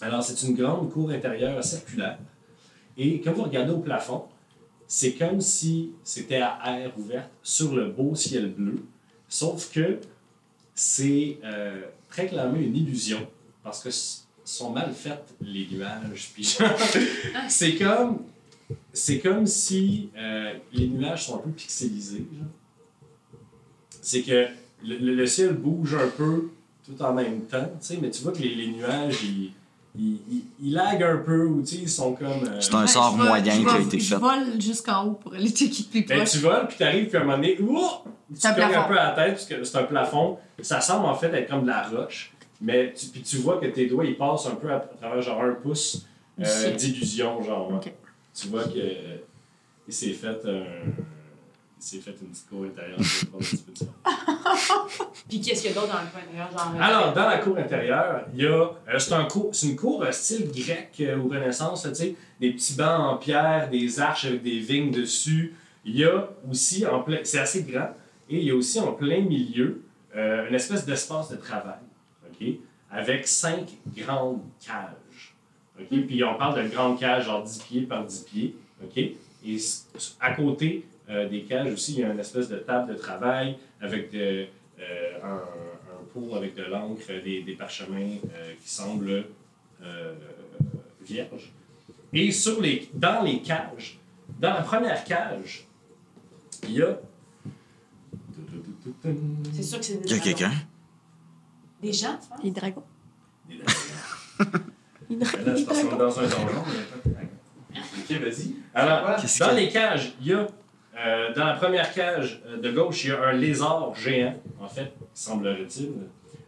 S1: Alors, c'est une grande cour intérieure circulaire. Et quand vous regardez au plafond, c'est comme si c'était à air ouverte sur le beau ciel bleu, sauf que c'est euh, très clairement une illusion parce que s- sont mal faites les nuages. Puis c'est comme c'est comme si euh, les nuages sont un peu pixelisés. genre. C'est que le, le- le ciel bouge un peu tout en même temps, tu sais, mais tu vois que les, les nuages, ils, ils, ils- ils laguent un peu, ou tu sais, ils sont comme... euh,
S3: C'est un
S2: Ouais,
S3: sort
S2: Ben, je vais-
S3: moyen
S2: je
S3: qui a
S2: vais-
S3: été
S2: je
S3: fait.
S2: vole jusqu'en haut pour aller checker plus
S1: Ben,
S2: proche.
S1: tu voles, puis t'arrives, puis à un moment donné, ouah, tu
S2: C'est un
S1: cognes un
S2: plafond.
S1: peu à la tête, parce que c'est un plafond. Ça semble en fait être comme de la roche, mais tu, puis tu vois que tes doigts, ils passent un peu à, travers genre un pouce euh,
S2: Ici.
S1: d'illusion, genre. ouais.
S2: Ok.
S1: Tu vois que euh, il s'est fait un... Il s'est fait une petite cour intérieure. je vais prendre un petit peu de temps.
S5: Puis qu'est-ce qu'il y a d'autre dans le coin d'ailleurs, genre. euh,
S1: Alors, dans la cour intérieure, il y a. euh, c'est, un cour- c'est une cour euh, style grec euh, ou renaissance, là, tu sais, des petits bancs en pierre, des arches avec des vignes dessus. Il y a aussi en plein. C'est assez grand. Et il y a aussi en plein milieu euh, une espèce d'espace de travail, OK? Avec cinq grandes cages. OK? Puis on parle de grandes cages, genre 10 pieds par 10 pieds. OK? Et s- à côté euh, des cages aussi, il y a une espèce de table de travail avec de, euh, un, un pot avec de l'encre, des, des parchemins euh, qui semblent euh, vierges. Et sur les, dans les cages, dans la première cage, il y a.
S5: C'est sûr que c'est des
S3: Il y a quelqu'un?
S5: Des gens, tu penses?
S2: Les dragons.
S1: Des
S2: Les
S1: Là, c'est parce qu'on est
S2: dragons.
S1: dans un donjon, mais il y a pas de dragon.
S4: Ok, vas-y.
S1: Alors,
S4: Voilà.
S3: Qu'est-ce
S1: Dans
S3: que-
S1: les cages, il y a, euh, dans la première cage euh, de gauche, il y a un lézard géant, en fait, semblerait-il.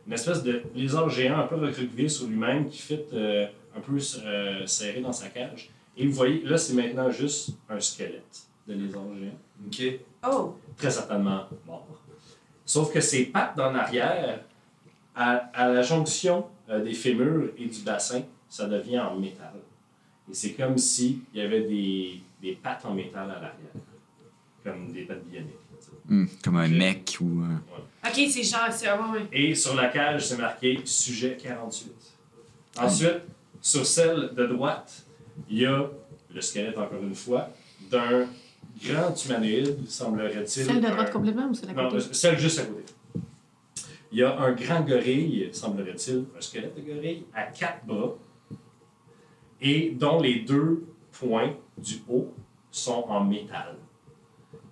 S1: Une espèce de lézard géant un peu recroquevillé sur lui-même qui fait euh, un peu euh, serré dans sa cage. Et vous voyez, là, c'est maintenant juste un squelette de lézard géant
S4: Ok.
S5: Oh!
S1: très certainement mort. Sauf que ses pattes d'en arrière, à, à la jonction euh, des fémurs et du bassin, ça devient en métal. Et c'est comme s'il y avait des, des pattes en métal à l'arrière, comme des pattes bioniques. là, tu sais.
S3: Hmm, comme un mec ou euh, un...
S5: Ok, c'est genre, c'est vraiment. Ouais.
S1: Et sur la cage, c'est marqué sujet 48. Ensuite, sur celle de droite, il y a le squelette, encore une fois, d'un grand humanoïde, semblerait-il.
S2: Celle de
S1: un-
S2: droite complètement ou celle à
S1: non,
S2: côté?
S1: le- celle juste à côté. Il y a un grand gorille, semblerait-il, un squelette de gorille, à quatre bras, et dont les deux points du haut sont en métal.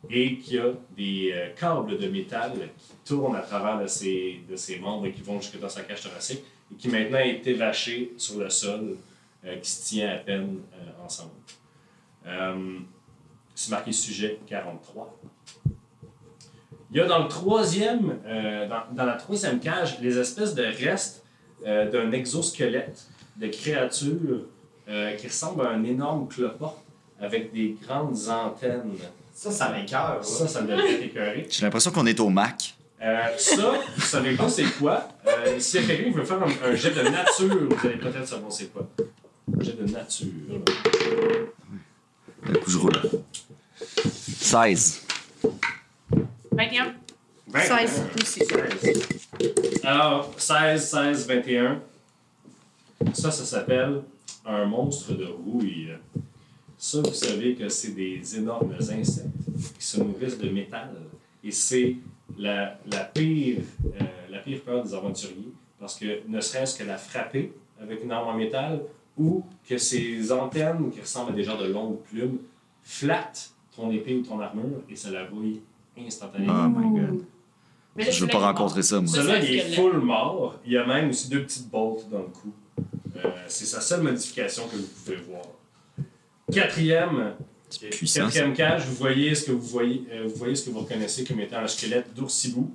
S1: Et qui a des euh, câbles de métal qui tournent à travers de ses, de ses membres et qui vont jusque dans sa cage thoracique, et qui maintenant est évaché sur le sol, euh, qui se tient à peine euh, ensemble. Euh, C'est marqué sujet 43. Il y a dans le troisième, euh, dans, dans la troisième cage, les espèces de restes euh, d'un exosquelette de créature euh, qui ressemble à un énorme cloporte avec des grandes antennes.
S4: Ça, ça m'écoeure.
S1: Ça, ça me devait écœuré.
S3: J'ai l'impression qu'on est au Mac.
S1: Euh, ça, vous savez pas c'est quoi. Euh, si y a quelqu'un qui veut faire un, un jet de nature, vous allez peut-être savoir c'est quoi. Un jet de nature.
S3: D'un coup, je roule. 16.
S5: 21.
S2: 16 aussi.
S1: 16. Alors, 16, 16, 21. Ça, ça s'appelle un monstre de rouille. Ça, vous savez que c'est des énormes insectes qui se nourrissent de métal. Et c'est la, la pire, euh, la pire peur des aventuriers. Parce que ne serait-ce que la frapper avec une arme en métal ou que ces antennes qui ressemblent à des genres de longues plumes flattent ton épée ou ton armure et ça la rouille instantanément.
S3: Oh my god.
S5: Mais là,
S3: Je veux
S5: c'est
S3: pas
S5: là-
S3: rencontrer ça, moi.
S5: Ça,
S1: Celui-là,
S5: c'est
S1: il
S5: le
S1: est full mort. Il y a même aussi deux petites bolts dans le cou. Euh, c'est sa seule modification que vous pouvez voir. Quatrième,
S3: puissant,
S1: quatrième cage, vous voyez ce que vous voyez, euh, vous voyez ce que vous reconnaissez comme étant un squelette d'oursibou.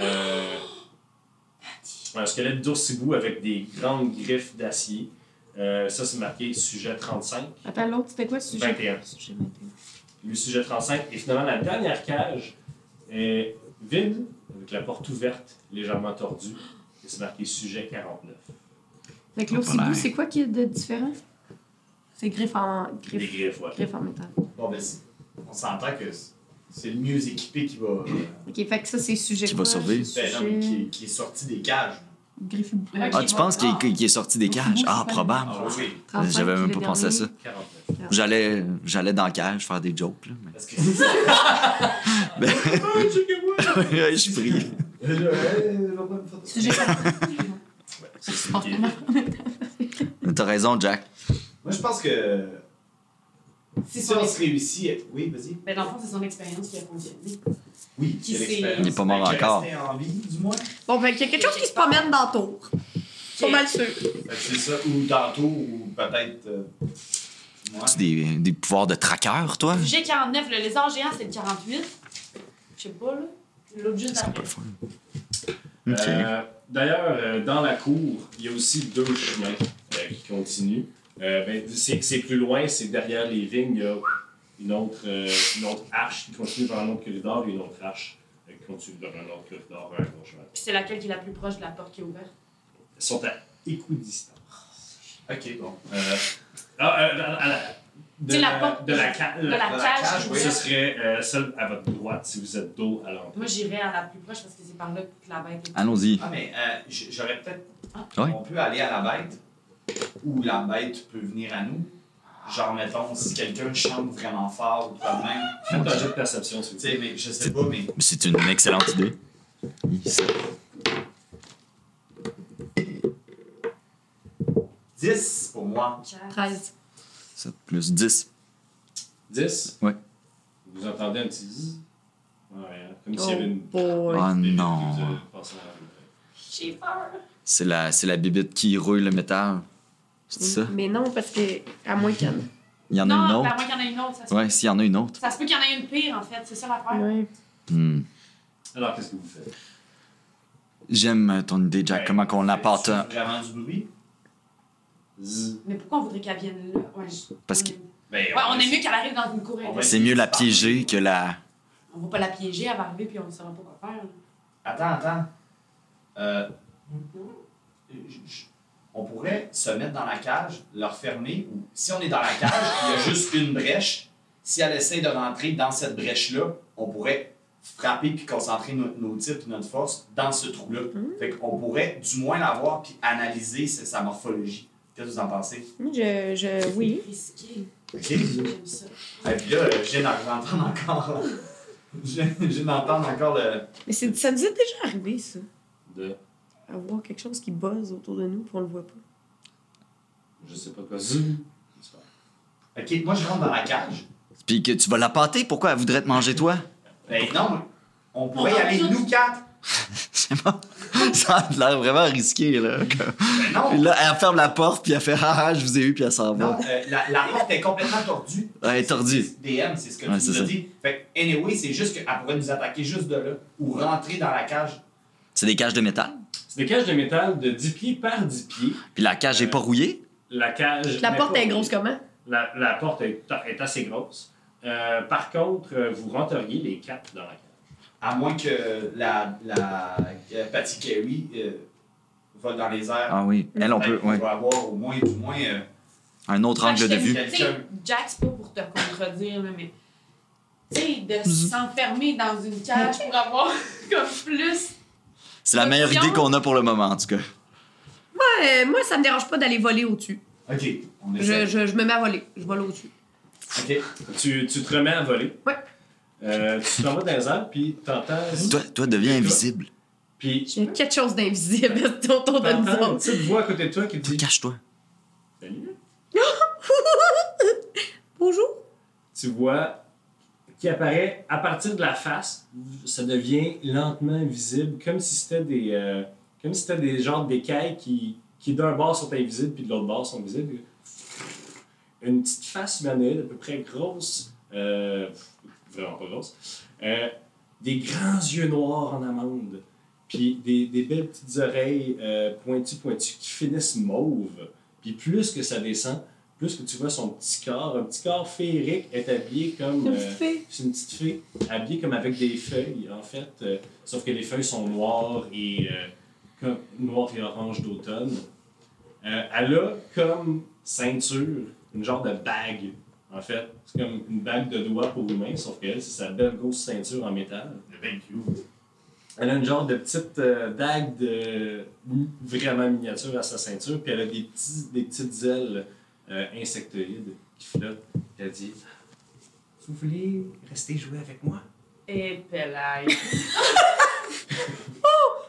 S1: Euh, un squelette d'oursibou avec des grandes griffes d'acier. Euh, ça, c'est marqué sujet 35.
S2: Attends, l'autre, c'était quoi ce sujet?
S1: 21.
S2: Sujet 21.
S1: le sujet 35. Et finalement, la dernière cage est vide, avec la porte ouverte, légèrement tordue. Et c'est marqué sujet 49.
S2: Fait que
S3: Oh, pas
S2: l'oursibou,
S3: l'air.
S2: c'est quoi qui est de différent? C'est griffe en...
S1: Des
S2: Griffe,
S1: griffes, ouais.
S2: griffe en métal.
S4: Bon, ben, c'est- on s'entend que c'est- c'est le mieux équipé qui va. euh,
S2: OK, fait que ça, c'est sujet
S3: Qui
S2: quoi?
S3: va survivre.
S4: ben, non, mais qui, qui est sorti des cages.
S2: Griffe...
S3: Ah, tu penses qu'il est, qu'il est sorti des cages? Ah, probable.
S4: Ah oui, oui.
S3: J'avais même pas pensé à ça.
S1: 49.
S3: J'allais, j'allais dans la cage faire des jokes, là.
S4: Parce que si ça.
S3: mais- je suis pris.
S4: Euh,
S2: Sujet 49.
S1: C'est celui qui est-
S3: T'as raison, Jack.
S4: Moi, je pense que. Si ça on se réussit. Oui, vas-y.
S5: Ben, dans le fond, c'est son expérience qui a fonctionné.
S4: Oui,
S5: Qui
S4: c'est
S5: sait?
S4: l'expérience.
S3: Il est pas mort
S4: Fait que
S3: encore.
S4: rester en vie, du moins.
S2: Bon, fait qu'il y a quelque chose qui se promène dans la tour. Pas mal sûr.
S4: Fait que C'est ça, ou tantôt, ou peut-être. euh, moi.
S3: Tu des, des pouvoirs de traqueur, toi?
S5: Sujet 49, le lézard géant, c'est le 48. Je sais pas, là. L'autre juste
S3: Ça sera pas
S5: d'après.
S3: le fun. Ok.
S1: Euh, D'ailleurs, euh, dans la cour, il y a aussi deux chemins euh, qui continuent. Euh, ben, c'est c'est plus loin, c'est derrière les vignes, il y a une autre, euh, une autre arche qui continue vers un autre corridor et une autre arche euh, qui continue vers un autre corridor, vers un autre chemin.
S5: Puis c'est laquelle qui est la plus proche de la porte qui est ouverte.
S1: Ils sont à équidistance.
S4: Ok, bon.
S1: Euh, ah, euh, à la- de
S5: C'est la
S1: la,
S5: porte.
S1: de la ca-
S5: De la
S1: la-
S4: la
S5: cage,
S4: cage, oui.
S1: Ce
S5: ouverte.
S1: serait euh, celle à votre droite si vous êtes dos à l'entrée.
S5: Moi, j'irais à la plus proche parce que c'est par là que la bête est.
S3: Allons-y.
S4: Ah, mais euh, j- j'aurais peut-être.
S3: Ah, Ouais.
S4: On peut aller à la bête, ou la bête peut venir à nous. Genre, mettons, si quelqu'un chante vraiment fort ou pas même.
S1: Faites un jet de perception si
S4: Tu
S1: vous
S4: sais, mais je sais pas, mais.
S3: Mais C'est une excellente idée. Ça-
S4: 10 pour moi.
S2: 13.
S3: ça, plus 10.
S1: 10
S3: Ouais.
S1: Vous entendez un petit zzz? Ouais, hein, comme
S2: Oh,
S1: s'il y avait une.
S2: boy.
S3: Oh
S1: des-
S3: non.
S1: des- des- euh, passant dans la rue.
S5: J'ai peur.
S3: C'est la, c'est la bibite qui rouille le métal. C'est ça?
S2: Mais non, parce que... À moins qu'elle...
S3: Il y en a
S5: non,
S3: une
S5: ben, à moins
S3: autre.
S5: qu'il y en ait une autre. Ça se,
S3: Ouais, s'il y en a une autre.
S5: ça se peut qu'il y en ait une pire, en fait. C'est ça l'affaire.
S2: Ouais.
S3: Hmm.
S1: Alors, qu'est-ce que vous faites?
S3: J'aime euh, ton idée, Jack.
S1: Ouais.
S3: Comment qu'on l'apporte.
S4: C'est
S3: hein?
S4: vraiment du bruit.
S1: Zzz.
S5: Mais pourquoi on voudrait qu'elle vienne là? Ouais, je-
S3: Parce
S5: on
S3: que-
S5: aime-
S1: Ben,
S5: Ouais, on est mieux qu'elle arrive dans une cour.
S4: On
S5: On,
S4: va-
S3: C'est mieux la piéger que la.
S5: on va pas la piéger, elle va arriver, puis on ne saura pas quoi faire.
S4: Attends, attends. Euh, je- je- on pourrait se mettre dans la cage, leur fermer, ou si on est dans la cage, il y a juste une brèche. Si elle essaie de rentrer dans cette brèche-là, on pourrait frapper puis concentrer nos, nos tirs et notre force dans ce trou-là.
S5: Mm-hmm.
S4: Fait qu'on pourrait du moins la voir puis analyser sa, sa morphologie. Qu'est-ce que vous en pensez?
S2: Je, je, oui.
S5: Risqué.
S4: OK?
S5: J'aime ça.
S4: Et puis là, euh, je viens d'en- d'entendre encore... je viens- je viens d'entendre encore le...
S2: Mais c'est- ça nous est déjà arrivé, ça.
S1: de-
S2: Avoir quelque chose qui buzz autour de nous, puis on le voit pas.
S1: Je sais pas quoi. Zzz.
S4: OK, moi, je rentre dans la cage.
S3: Puis que tu vas la pâter. Pourquoi elle voudrait te manger, toi?
S4: Ben non, on pourrait y
S5: On
S4: aller
S5: rentre
S4: nous quatre.
S3: Je sais pas. Ça a l'air vraiment risqué, là. Comme-
S4: Ben non,
S3: Puis là, elle ferme la porte, puis elle fait Ah ah, je vous ai eu, puis elle s'en
S4: non
S3: va.
S4: euh, la, la porte est complètement tordue.
S3: Elle est tordue.
S4: DM, c'est ce que
S3: Ouais,
S4: tu
S3: c'est
S4: nous as
S3: ça.
S4: dit. Fait que, anyway, c'est juste qu'elle pourrait nous attaquer juste de là ou rentrer dans la cage.
S3: C'est des cages de métal.
S1: C'est des cages de métal de 10 pieds par 10 pieds.
S3: Puis la cage est pas rouillée.
S1: La cage.
S2: La
S1: mais
S2: porte
S1: pas-
S2: est grosse comment?
S1: La, la porte est, est assez grosse. Euh, par contre, euh, vous rentreriez les quatre dans la cage.
S4: À moins que la, la euh, Patty Carey euh, va dans les airs.
S3: Ah oui. Elle, on peut.
S4: On
S3: Ouais.
S4: va avoir au moins, du moins. euh,
S3: Un autre
S5: Moi, je
S3: angle de
S5: t'aime,
S3: vue.
S5: tu sais, Jack, c'est pas pour te contredire, là, mais. Tu sais,
S2: Mhm.
S5: de
S3: Zou.
S5: s'enfermer dans une cage pour avoir comme plus.
S3: C'est la meilleure idée qu'on a pour le moment, en tout cas.
S2: Ouais, euh, moi, ça me dérange pas d'aller voler au-dessus.
S4: Ok, on
S2: Je,
S4: essaie.
S2: je, je me mets à voler. Je vole au-dessus.
S4: Ok.
S1: Tu, tu te remets à voler.
S2: Ouais. Mmh.
S1: Euh, tu t'en vas dans les airs, puis t'entends.
S3: Toi, toi deviens invisible.
S1: Puis
S2: J'ai quelque chose d'invisible autour de nous
S1: t'entends une
S2: autres.
S1: petite voix à côté de toi qui te
S3: Toi,
S1: dit
S3: cache-toi.
S1: Salut.
S2: Bonjour.
S1: Tu vois qui apparaît à partir de la face. Ça devient lentement invisible, comme si c'était des. euh, comme si c'était des genres d'écailles qui, qui d'un bord sont invisibles, puis de l'autre bord sont visibles. Une petite face humanoïde à peu près grosse. euh, vraiment pas grosse. euh, des grands yeux noirs en amande. Puis des, des belles petites oreilles euh, pointues, pointues, qui finissent mauve. Puis plus que ça descend, plus que tu vois son petit corps, un petit corps féerique est habillé comme...
S2: Une
S1: euh,
S2: petite fille.
S1: c'est une petite fée habillée comme avec des feuilles, en fait. euh, sauf que les feuilles sont noires et, euh, comme, noires et oranges d'automne. Euh, elle a comme ceinture une genre de bague, en fait. C'est comme une bague de doigts pour humain, sauf qu'elle, c'est sa belle grosse ceinture en métal. Elle a une genre de petite euh, bague de vraiment miniature à sa ceinture, puis elle a des, petits, des petites ailes euh, insectoïdes qui flottent. Elle dit Vous voulez rester jouer avec moi
S5: Et pelaille.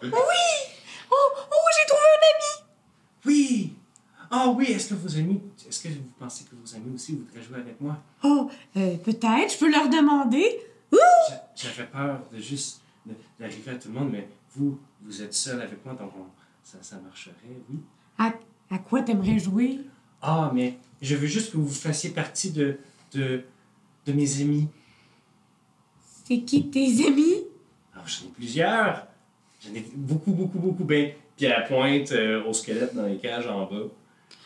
S2: Oh, oh, j'ai trouvé un ami.
S1: Oui Ah oui, est-ce que vos amis, est-ce que vous pensez que vos amis aussi voudraient jouer avec moi
S2: Oh, euh, peut-être, je peux leur demander.
S1: J'a- J'avais peur de juste de- d'arriver à tout le monde, mais vous, vous êtes seul avec moi, donc on- ça, ça marcherait, oui.
S2: À quoi t'aimerais jouer?
S1: Ah, mais je veux juste que vous fassiez partie de, de, de mes amis.
S2: C'est qui tes amis?
S1: Alors, j'en ai plusieurs. J'en ai beaucoup, beaucoup, beaucoup. Ben, puis à la pointe euh, au squelette dans les cages en bas.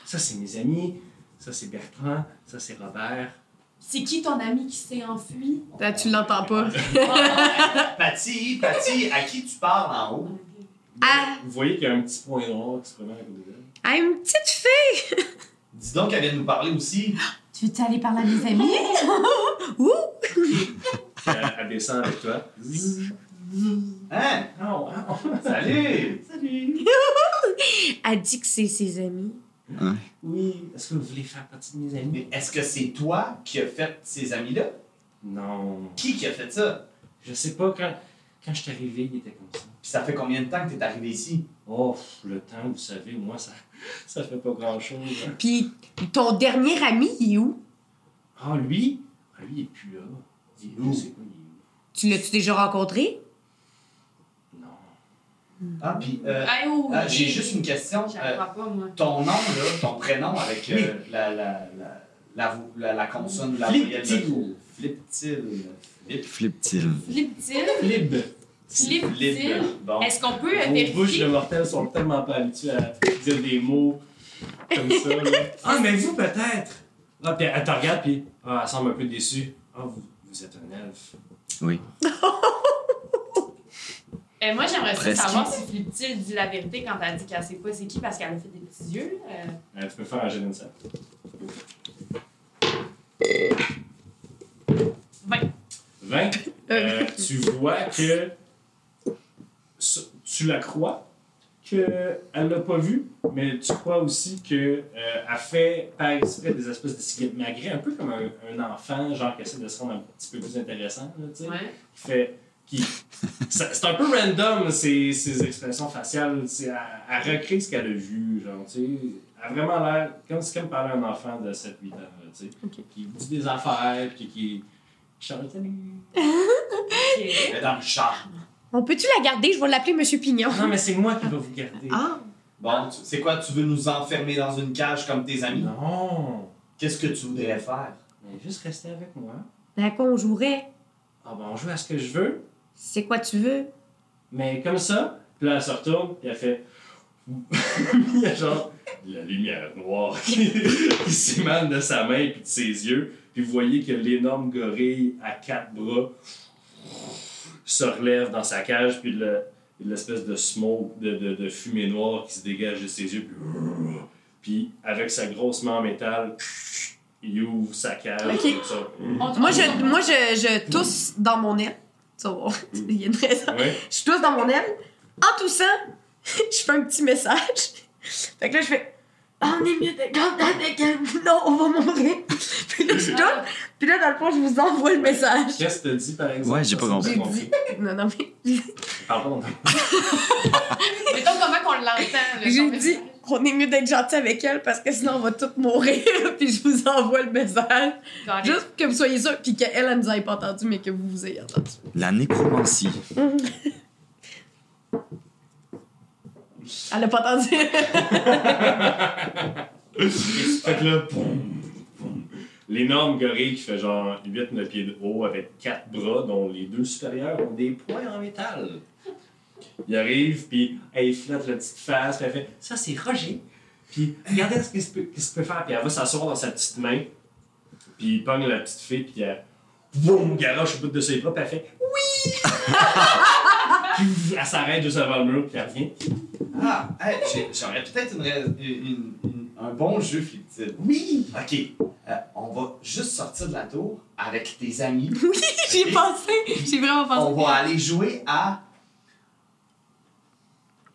S1: Ça, c'est mes amis. Ça, c'est Bertrand. Ça, c'est Robert.
S5: C'est qui ton ami qui s'est enfui?
S2: Ah, tu l'entends pas.
S4: Patty, Patty, à qui tu parles en haut?
S2: Ah.
S1: Vous voyez qu'il y a un petit point noir qui se promène à côté d'elle.
S2: Ah, une petite fille.
S4: Dis donc qu'elle vient de nous parler aussi.
S2: Tu veux-tu aller parler à mes amis?
S5: Euh,
S2: Ouh!
S1: Puis Elle, elle descend avec toi. Zzz.
S4: Hein?
S1: Oh, oh.
S4: Salut!
S1: Salut!
S2: Elle dit que c'est ses amis.
S1: Oui, est-ce que vous voulez faire partie de mes amis?
S4: Mais est-ce que c'est toi qui as fait ces amis-là?
S1: Non.
S4: Qui qui a fait ça?
S1: Je sais pas, quand, quand je suis arrivé, il était comme ça.
S4: Puis ça fait combien de temps que t'es arrivé ici?
S1: Oh, pff, le temps, vous savez, moi, ça, ça fait pas grand-chose. hein.
S2: Puis ton dernier ami, il est où?
S1: Ah, lui? Ah, lui, il est plus là. Il est où?
S4: Ouh.
S1: Je sais pas, il est où.
S2: Tu l'as-tu déjà rencontré?
S1: Non.
S4: Ah, puis euh,
S5: Ah, oh,
S4: ah, j'ai
S5: oui.
S4: juste une question.
S5: J'en
S4: Euh,
S5: crois pas, moi.
S4: ton nom, là, ton prénom avec euh, la, la, la, la, vo- la, la consonne ou la voyelle de
S1: Flip-til.
S4: trop. Flip-til. Flip.
S3: Flippe-t-il.
S5: Flip-til.
S1: Flip.
S5: Flip-til.
S4: Bon.
S5: Est-ce qu'on peut
S1: Vos bouches de
S5: vérifier?
S1: mortels sont tellement pas habituées à dire des mots comme ça. là. Ah, mais vous, peut-être. Ah, puis elle te regarde, puis ah, elle semble un peu déçue. Ah, vous, vous êtes un elfe.
S3: Oui.
S5: Euh, moi, j'aimerais ça
S3: Presque.
S5: savoir si Flip-til dit la vérité quand elle dit qu'elle sait pas c'est qui parce qu'elle a fait des petits yeux. euh.
S1: Euh, tu peux faire un jet d'insight.
S5: 20.
S1: 20. Euh, tu vois que s- tu la crois qu'elle l'a pas vu, mais tu crois aussi qu'elle a fait par exprès des espèces de cigarettes malgré un peu comme un, un enfant, genre qui essaie de se rendre un petit peu plus intéressant, là, tu sais.
S5: Ouais.
S1: Qui fait. Qui... ça- C'est un peu random, ses, ses expressions faciales. c'est- Elle, elle recrée ce qu'elle a vu, genre, tu sais. Elle a vraiment l'air comme si comme parler à un enfant de 7-8 ans, là, tu sais.
S2: Ok.
S1: Qui dit des affaires, puis qui. qui chante, Salut!
S5: Ok.
S4: Mais dans le charme.
S2: On peut-tu la garder? Je vais l'appeler Monsieur Pignon.
S1: Non, mais c'est moi qui vais vous garder.
S2: Ah!
S4: Bon, tu- c'est quoi, tu veux nous enfermer dans une cage comme tes amis?
S1: Non!
S4: Qu'est-ce que tu voudrais faire?
S1: Mais juste rester avec moi.
S2: Ben, à quoi on jouerait?
S1: Ah ben, on joue à ce que je veux,
S2: C'est quoi tu veux?
S1: mais comme ça. Puis là, elle se retourne, puis elle fait. Il y a genre la lumière noire qui, qui s'émane de sa main puis de ses yeux. Puis vous voyez que l'énorme gorille à quatre bras se relève dans sa cage, puis le- l'espèce de smoke, de, de- de fumée noire qui se dégage de ses yeux. Puis, puis avec sa grosse main en métal, il ouvre sa cage.
S2: Ok.
S1: comme ça.
S5: On-
S2: Moi,
S5: on-
S2: je, moi, je, je tousse dans mon aile. Tu vas voir, il y a une raison.
S1: Ouais.
S2: Je tousse dans mon aile. En toussant, je fais un petit message. Fait que là, je fais Ah, On est mieux de garder avec elle. Non, on va mourir. Puis là, je tousse. Puis là, dans le fond, je vous envoie le message.
S1: Qu'est-ce que t'as dit par exemple?
S3: Ouais, j'ai pas
S1: Parce que
S2: J'ai
S1: j'ai
S2: dit. Non, non, mais.
S1: Pardon.
S5: Mettons comment qu'on l'entend. là,
S2: J'ai
S5: son
S2: dit, on est mieux d'être gentil avec elle parce que sinon on va toutes mourir. puis je vous envoie le message.
S5: message.
S2: Juste que vous soyez sûrs, puis qu'elle, elle nous ait pas entendu, mais que vous vous ayez entendu.
S3: La nécromancie.
S2: Elle a pas entendu.
S1: fait que là, boum, boum. l'énorme gorille qui fait genre 8-9 pieds de haut avec quatre bras, dont les deux supérieurs ont des poings en métal. Il arrive, puis elle il flotte la petite face, puis elle fait Ça, c'est Roger. Puis regardez ce qu'il se peut, qu'il se peut faire, puis elle va s'asseoir dans sa petite main, puis il pogne la petite fille, puis elle. Boum, garoche au bout de ses bras, puis elle fait Oui! Puis elle s'arrête juste avant le mur, puis elle revient.
S4: Ah, hey, j'ai- j'aurais peut-être une, rais- une- une- un bon jeu, Flip-Til.
S1: Oui!
S4: OK, euh, on va juste sortir de la tour avec tes amis.
S2: J'ai pensé. J'ai vraiment
S4: On
S2: pensé.
S4: va aller jouer à...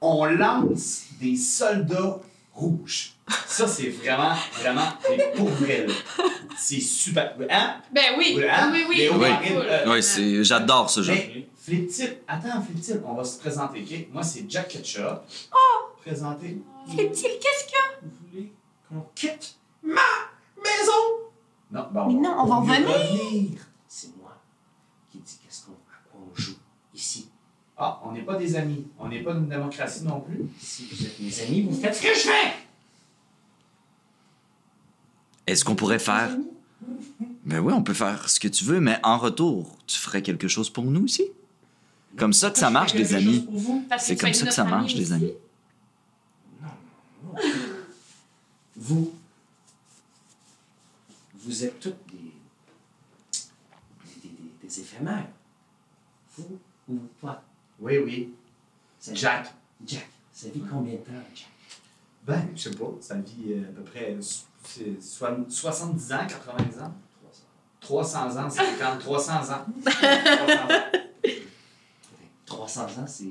S4: On lance des soldats rouges. Ça, c'est vraiment, vraiment, mais pour vrai, là. C'est super. Hein?
S5: Ben oui.
S4: Hein?
S5: Oui, oui.
S4: Mais
S5: oui.
S4: oui.
S5: cool.
S4: Euh,
S3: Ouais, c'est... J'adore ce jeu.
S4: Mais Flip-Tip, attends, Flip-Tip, on va se présenter, OK? Moi, c'est Jack Ketchup. Oh! Présenté.
S2: Flip-t-il, qu'est-ce qu'il y a?
S1: Vous voulez qu'on quitte ma maison?
S4: Non, bon,
S2: Mais non, on va
S4: mieux
S2: revenir.
S1: C'est moi qui dis qu'est-ce qu'on à quoi on joue ici.
S4: Ah, on n'est pas des amis. On n'est pas une démocratie non plus.
S1: Si vous êtes mes amis, vous faites ce que je fais!
S3: Est-ce qu'on pourrait faire... Ben oui, on peut faire ce que tu veux, mais en retour, tu ferais quelque chose pour nous aussi. Comme ça que ça marche, les amis.
S5: Parce
S3: C'est
S5: tu
S3: comme
S5: vas
S3: ça
S5: être
S3: que ça
S5: notre
S3: marche,
S5: ami
S3: les
S5: aussi.
S3: amis.
S1: Vous, vous êtes toutes des, des, des- des éphémères. Vous ou toi,
S4: Oui, oui.
S1: ça-
S4: Jack.
S1: Jack, ça vit combien de temps, Jack?
S4: Ben, je sais pas, ça vit euh, à peu près so- c'est soit 70 ans, 90 ans. 300 ans, c'est quand 300 ans. 300 ans.
S1: 300 ans, c'est.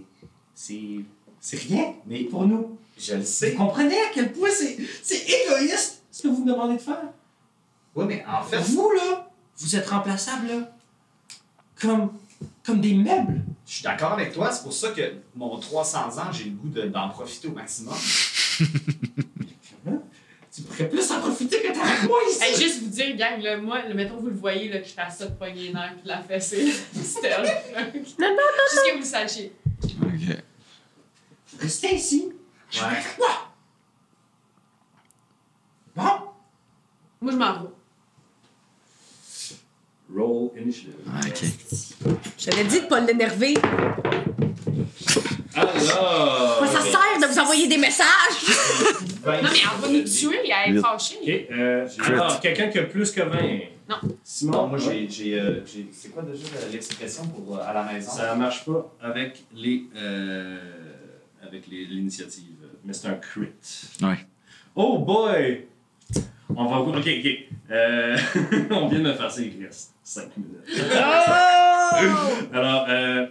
S1: C'est. C'est rien
S4: Mais
S1: pour nous.
S4: je le
S1: Vous
S4: sais.
S1: comprenez à quel point c'est c'est égoïste ce que vous me demandez de faire?
S4: Oui, mais en fait,
S1: Vous, là, vous êtes remplaçables, là, comme, comme des meubles.
S4: je suis d'accord avec toi. C'est pour ça que mon 300 ans, j'ai le goût de- d'en profiter au maximum.
S1: Tu pourrais plus en profiter que t'es avec moi ici.
S5: Hey, juste vous dire, gang, là, moi, là, mettons, vous le voyez, là, que je fais ça de poignée les nerfs puis de la fessée. C'était Non, non, non. Juste que vous le sachiez.
S3: OK.
S1: Restez ici. Je vais
S4: Ouais.
S1: avec toi. Bon,
S5: Moi, je m'en vais.
S1: Finish-le.
S3: Ah, ok.
S2: Je t'avais dit de pas l'énerver.
S1: Alors.
S2: Moi, ça sert de vous envoyer des messages.
S5: Non, mais elle va nous tuer, elle est
S3: Huit.
S1: Ok,
S5: fâchée.
S1: euh,
S3: Crit.
S1: alors, quelqu'un qui a plus que 20.
S5: Non.
S1: Simon,
S4: Non, moi, j'ai. j'ai, euh, j'ai- c'est quoi déjà euh, l'expression pour euh, à la maison?
S1: Ça marche pas avec les. euh, avec les- l'initiative. Mais c'est un crit.
S3: Ouais.
S1: Oh boy! On va. Ok, ok. Euh, on vient de me faire ces 5 minutes.
S2: Oh!
S1: Alors, euh,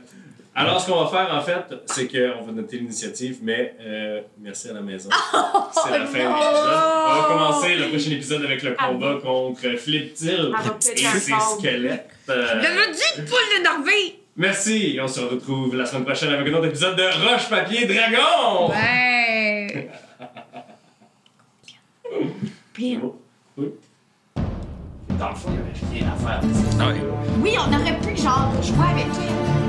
S1: alors, ce qu'on va faire, en fait, c'est qu'on va noter l'initiative, mais euh, merci à la maison. C'est la fin de l'épisode. On va commencer le prochain épisode avec le combat contre Flip Till
S5: Ah, donc,
S1: et
S5: t'es un
S1: ses
S5: fort.
S1: squelettes. Euh,
S2: Je t'avais dit de pas l'énerver.
S1: merci! On se retrouve la semaine prochaine avec un autre épisode de Roche, Papier, Dragon!
S2: Ouais.
S1: C'est
S2: Pire.
S1: beau. Oui.
S4: Dans le fond, il n'y avait rien à faire.
S3: Ah
S2: Oui, on aurait pu, genre, jouer avec elle.